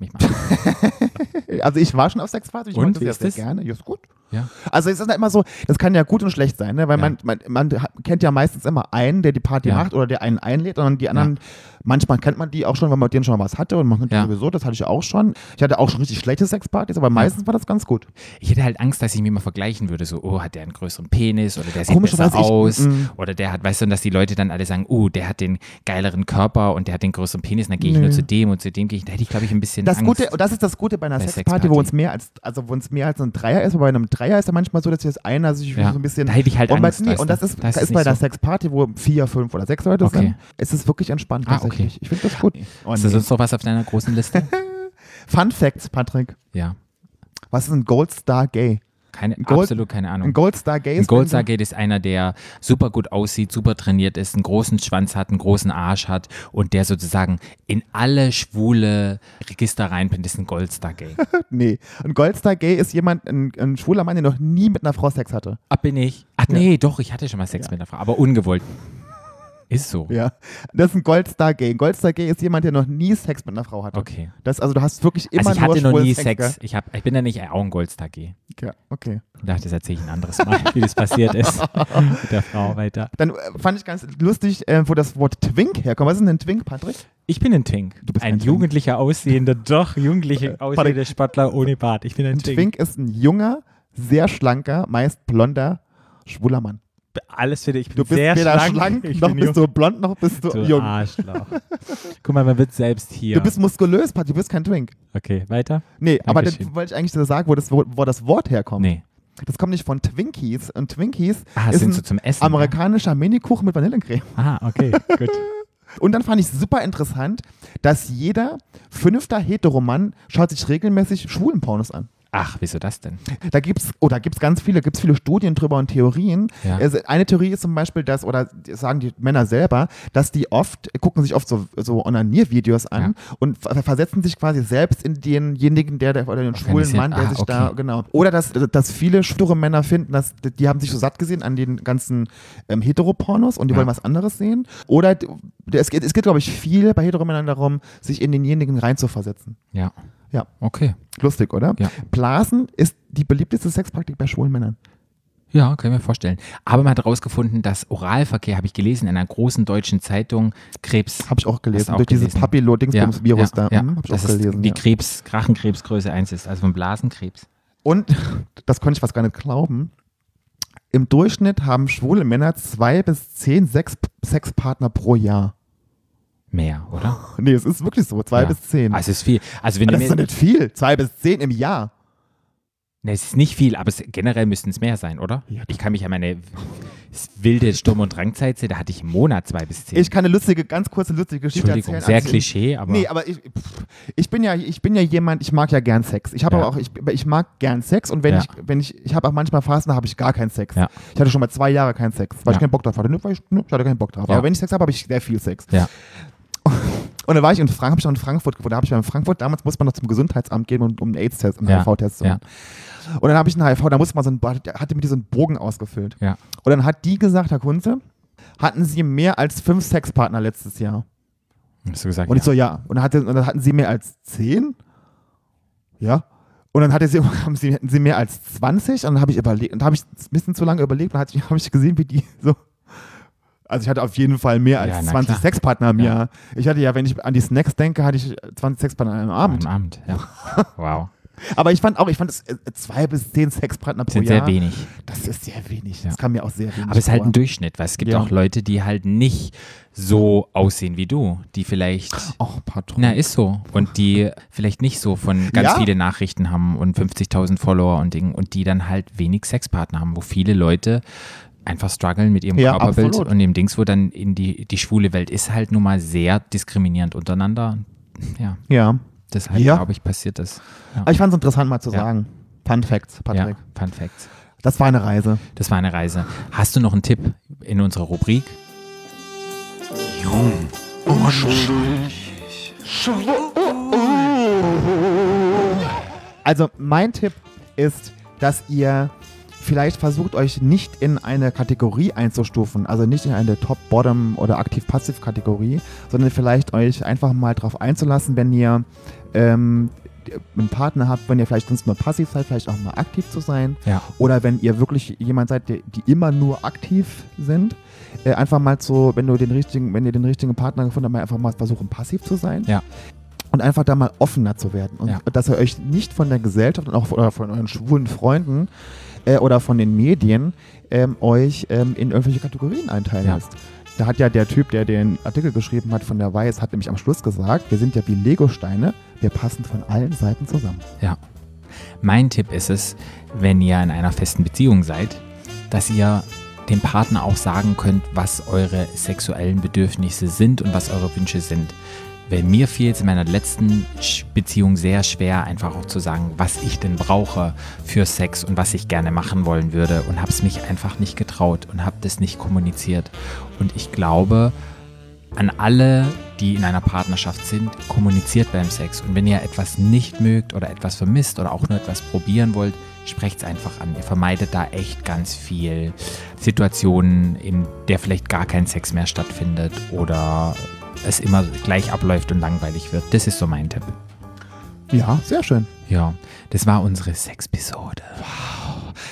(laughs)
mich mal.
Also ich war schon auf Sexparty, ich
Und,
mochte
wie
das
ist
ja
das?
sehr gerne. Ja, ist gut.
ja.
Also es ist halt immer so, das kann ja gut und schlecht sein, ne? weil
Ja.
man, man, man ha- kennt ja meistens immer einen, der die Party
Ja.
macht oder der einen einlädt und dann die anderen, manchmal kennt man die auch schon, weil man mit denen schon mal was hatte und man kennt die
Ja.
sowieso, das hatte ich auch schon. Ich hatte auch schon richtig schlechte Sexpartys, aber meistens war das ganz gut.
Ich hätte halt Angst, dass ich mir immer vergleichen würde, so, oh, hat der einen größeren Penis oder der sieht
Komischerweise
besser
ich-
aus
mm.
oder der hat, weißt du, und dass die Leute dann alle sagen, oh, der hat den geileren Körper und der hat den größeren Penis, dann gehe ich
Nee.
nur zu dem und zu dem gehe ich, da hätte ich, glaube ich, ein bisschen
Das,
Angst.
Gute, und das ist das Gute bei einer
Bei
Sexparty, wo
Sexparty.
uns mehr als, also wo uns mehr als ein Dreier ist, aber bei einem Dreier ist ja manchmal so, dass jetzt einer sich
Ja.
so ein bisschen.
Da hätte ich halt
und bei-
Angst,
nee,
weißt
und
du.
das ist,
Da ist
ist,
es
bei
nicht
einer
so.
Sexparty, wo vier, fünf oder sechs Leute
Okay.
sind. Es ist wirklich entspannt
Ah, okay.
tatsächlich. Ich finde das gut. Oh,
Hast
nee.
du sonst noch was auf deiner großen Liste? (laughs)
Fun Facts, Patrick.
ja.
Was ist ein Gold Star Gay?
Keine,
Gold-
absolut keine Ahnung.
Ein Gold Star Gay
Ein
ist. wenn
Goldstar Gate ist einer, der super gut aussieht, super trainiert ist, einen großen Schwanz hat, einen großen Arsch hat und der sozusagen in alle schwule Register reinpinnt, ist ein
(laughs)
Goldstar
du-
Gate.
(laughs) Nee. Ein Gold Star Gay ist jemand, ein, ein schwuler Mann, der noch nie mit einer Frau Sex hatte.
Ab bin ich. Ach nee, doch, ich hatte schon mal Sex mit einer Frau, aber ungewollt. Ist so.
Ja. Das ist ein Gold Star Gay. Ein Gold Star Gay ist jemand, der noch nie Sex mit einer Frau hatte.
Okay.
Das, also du hast wirklich immer
Also ich
nur
hatte noch
schwulen
nie
Sex.
Sex. Ich, hab, ich bin ja nicht äh, auch ein Goldstar G.
gell? Ja, okay.
Ich dachte, das erzähle ich ein anderes
(laughs)
Mal, wie das passiert ist mit der Frau weiter.
Dann äh, fand ich ganz lustig, äh, wo das Wort Twink herkommt. Was ist denn ein Twink, Patrick?
Ich bin ein Tink.
Du bist
ein,
ein Twink.
jugendlicher aussehender, doch jugendlicher aussehender Sportler ohne Bart. Ich bin ein,
Ein
Tink.
Twink ist ein junger, sehr schlanker, meist blonder, schwuler Mann.
Alles für dich. Ich bin
Du bist
sehr
weder
schlank,
schlank,
ich
noch
bin
bist du blond, noch bist du,
Du ah,
jung.
Arschloch. Guck mal, man wird selbst hier.
Du bist muskulös, Patrick, du bist kein Twink.
okay, weiter?
Nee, aber das
Dankeschön.
wollte ich eigentlich nur sagen, wo das, wo, wo das Wort herkommt.
Nee.
Das kommt nicht von Twinkies. Und Twinkies
Ah,
ist
sind
ein
so zum Essen.
amerikanischer Minikuchen mit Vanillecreme.
Ah, okay, gut.
Und dann fand ich super interessant, dass jeder fünfter Heteromann schaut sich regelmäßig schwulen Pornos an.
Ach, wieso das denn?
Da gibt's oh, da gibt's ganz viele, gibt's viele Studien drüber und Theorien.
Ja.
Also eine Theorie ist zum Beispiel, dass, oder sagen die Männer selber, dass die oft, gucken sich oft so, so Onanier-Videos an und ver versetzen sich quasi selbst in denjenigen, der, der oder den schwulen
Organisiert.
Mann, der
Ah,
sich
okay.
da, genau. Oder dass, dass viele sture Männer finden, dass die haben sich so satt gesehen an den ganzen ähm, Heteropornos und die
Ja.
wollen was anderes sehen. Oder d- es geht, es geht glaube ich, viel bei Heteromännern darum, sich in denjenigen reinzuversetzen.
Ja.
Ja.
Okay.
Lustig, oder?
Ja.
Blasen ist die beliebteste Sexpraktik bei schwulen Männern.
Ja, kann ich mir vorstellen. Aber man hat herausgefunden, dass Oralverkehr, habe ich gelesen, in einer großen deutschen Zeitung, Krebs.
Habe ich auch gelesen.
auch
Durch dieses
gelesen.
Papillo-Dingsbums-Virus
ja,
da.
Ja,
Hm, hab ich
das
auch
ist
gelesen.
die
ja.
Krebs, Krachenkrebs Größe 1 ist, also vom Blasenkrebs.
Und, das konnte ich fast gar nicht glauben, im Durchschnitt haben schwule Männer zwei bis zehn Sex Sexpartner pro Jahr.
Mehr, oder?
Nee, es ist wirklich so. Zwei
Ja. Ah,
bis zehn.
Also es ist viel. Also wenn
Aber das
du
ist doch
mir,
nicht viel. Zwei bis zehn im Jahr.
Ne, es ist nicht viel, aber es, generell müssten es mehr sein, oder?
Ja,
ich kann mich an meine wilde Sturm- und Drangzeit sehen, da hatte ich im Monat zwei bis zehn.
Ich kann eine lustige, ganz kurze lustige Geschichte
Entschuldigung,
erzählen.
sehr
Also, ich-
Klischee, aber
nee, aber ich, pff, ich bin ja, ich bin ja jemand, ich mag ja gern Sex. Ich habe
Ja.
aber auch, ich, aber ich mag gern Sex und wenn
Ja.
ich, wenn ich, ich habe auch manchmal Phasen, da habe ich gar keinen Sex.
Ja.
Ich hatte schon mal zwei Jahre keinen Sex, weil
Ja.
ich keinen Bock drauf hatte. Nö, weil ich, nö, ich hatte keinen Bock drauf.
Ja.
Aber wenn ich Sex habe, habe ich sehr viel Sex.
Ja.
Und da war ich in Frankfurt, habe ich noch in Frankfurt gewohnt. Da habe ich in Frankfurt, damals musste man noch zum Gesundheitsamt gehen, um, um einen AIDS-Test, einen
Ja.
HIV-Test zu
Ja.
machen. Und dann habe ich einen HIV, da musste man so einen, hatte mir diesen Bogen ausgefüllt.
ja.
Und dann hat die gesagt, Herr Kunze, hatten Sie mehr als fünf Sexpartner letztes Jahr?
Hast du gesagt,
Und ich
ja.
so, ja. Und dann, hatte, und dann hatten sie mehr als 10? Ja. Und dann hatte sie, (laughs) haben sie, hatten sie mehr als 20? Und dann habe ich überlegt, und da habe ich ein bisschen zu lange überlegt, und dann hatte ich- (laughs) habe ich gesehen, wie die so. Also ich hatte auf jeden Fall mehr als
Ja, na
20
klar.
Sexpartner im
Ja.
Jahr. Ich hatte ja, wenn ich an die Snacks denke, hatte ich 20 Sexpartner am Abend.
am Abend. Ja.
(laughs)
Wow.
Aber ich fand auch, ich fand es äh, zwei bis zehn Sexpartner pro
Sind
Jahr.
sehr wenig.
Das ist sehr wenig.
Ja.
Das kam mir auch sehr wenig
Aber es ist halt
vor.
ein Durchschnitt, weil es gibt
Ja.
auch Leute, die halt nicht so aussehen wie du, die vielleicht.
Ach, Patron.
Na, ist so. Und die vielleicht nicht so von ganz
Ja.
viele Nachrichten haben und 50.000 Follower und Dingen und die dann halt wenig Sexpartner haben, wo viele Leute einfach strugglen mit ihrem
Ja,
Körperbild
absolut.
und dem Dings, wo dann in die, die schwule Welt ist halt nun mal sehr diskriminierend untereinander. Ja,
Ja.
deshalb
Ja.
glaube ich, passiert das. Ja.
Aber ich fand es interessant mal zu
Ja.
sagen. Fun Facts,
ja,
Patrick.
Fun Facts.
Das war eine Reise.
Das war eine Reise. Hast du noch einen Tipp in unserer Rubrik?
Also mein Tipp ist, dass ihr vielleicht versucht, euch nicht in eine Kategorie einzustufen, also nicht in eine Top-Bottom- oder Aktiv-Passiv-Kategorie, sondern vielleicht euch einfach mal drauf einzulassen, wenn ihr ähm, einen Partner habt, wenn ihr vielleicht sonst nur passiv seid, vielleicht auch mal aktiv zu sein.
Ja.
Oder wenn ihr wirklich jemand seid, der, die immer nur aktiv sind, äh, einfach mal so, wenn du den richtigen, wenn ihr den richtigen Partner gefunden habt, mal einfach mal versuchen, passiv zu sein.
Ja.
Und einfach da mal offener zu werden. Und
Ja.
dass ihr euch nicht von der Gesellschaft und auch von, oder von euren schwulen Freunden äh, oder von den Medien ähm, euch ähm, in irgendwelche Kategorien einteilen
Ja.
lasst. Da hat ja der Typ, der den Artikel geschrieben hat von der Weiß, hat nämlich am Schluss gesagt, wir sind ja wie Legosteine, wir passen von allen Seiten zusammen.
Ja. Mein Tipp ist es, wenn ihr in einer festen Beziehung seid, dass ihr dem Partner auch sagen könnt, was eure sexuellen Bedürfnisse sind und was eure Wünsche sind. Weil mir fiel es in meiner letzten Sch- Beziehung sehr schwer, einfach auch zu sagen, was ich denn brauche für Sex und was ich gerne machen wollen würde und habe es mich einfach nicht getraut und habe das nicht kommuniziert. Und ich glaube, an alle, die in einer Partnerschaft sind, kommuniziert beim Sex. Und wenn ihr etwas nicht mögt oder etwas vermisst oder auch nur etwas probieren wollt, sprecht es einfach an. Ihr vermeidet da echt ganz viel Situationen, in der vielleicht gar kein Sex mehr stattfindet oder es immer gleich abläuft und langweilig wird. Das ist so mein Tipp.
Ja, sehr schön.
Ja, das war unsere Sexpisode.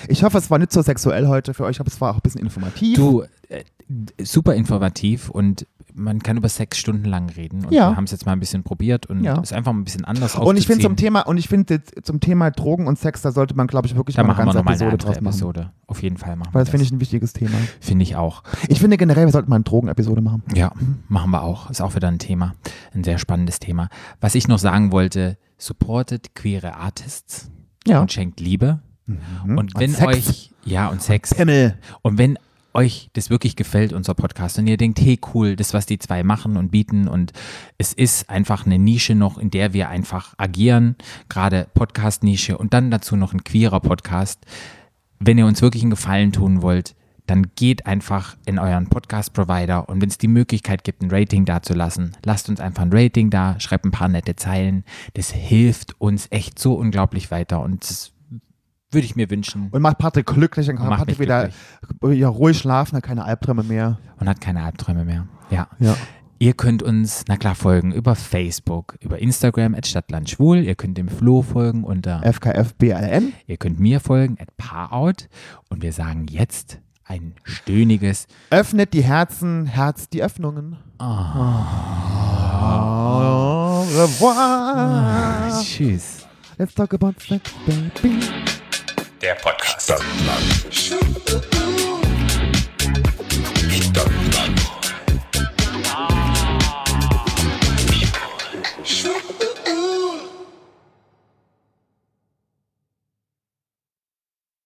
Ich hoffe, es war nicht so sexuell heute für euch, aber es war auch ein bisschen informativ.
Du, äh, super informativ und man kann über Sex stundenlang reden. Und
Ja.
wir haben es jetzt mal ein bisschen probiert und
Ja.
es einfach mal ein bisschen anders
und ich finde zum
aufzuziehen.
Thema und ich finde jetzt zum Thema Drogen und Sex, da sollte man glaube ich wirklich
Da
mal
machen
eine
wir
ganze
nochmal eine
Episode
andere
draus machen.
Episode. Auf jeden Fall machen
Weil
wir
das
das.
finde ich ein wichtiges Thema.
Finde ich auch.
Ich finde generell, wir sollten mal eine Drogen-Episode machen.
Ja, machen wir auch. Ist auch wieder ein Thema. Ein sehr spannendes Thema. Was ich noch sagen wollte, supportet queere Artists
Ja. Hm?
und schenkt Liebe. Und wenn
Mhm. Sex.
euch, ja, und Sex.
Himmel.
Und wenn euch das wirklich gefällt, unser Podcast, und ihr denkt, hey, cool, das, was die zwei machen und bieten, und es ist einfach eine Nische noch, in der wir einfach agieren, gerade Podcast-Nische und dann dazu noch ein queerer Podcast. Wenn ihr uns wirklich einen Gefallen tun wollt, dann geht einfach in euren Podcast-Provider und wenn es die Möglichkeit gibt, ein Rating dazulassen, lasst uns einfach ein Rating da, schreibt ein paar nette Zeilen. Das hilft uns echt so unglaublich weiter und das würde ich mir wünschen.
Und macht Patrick glücklich, dann kann
Macht
Patrick
mich
wieder, wieder ruhig schlafen, hat keine Albträume mehr.
und hat keine Albträume mehr. Ja.
Ja.
Ihr könnt uns, na klar, folgen über Facebook, über Instagram, at Stadtland Schwul. Ihr könnt dem Flo folgen unter,
Äh. FKFBLN.
ihr könnt mir folgen, at Paarout. Und wir sagen jetzt ein stöhniges
Öffnet die Herzen, Herz die Öffnungen.
Ah.
Ah. Au revoir.
Tschüss.
Let's talk about sex, baby.
Der Podcast. Stadtland. Stadtland.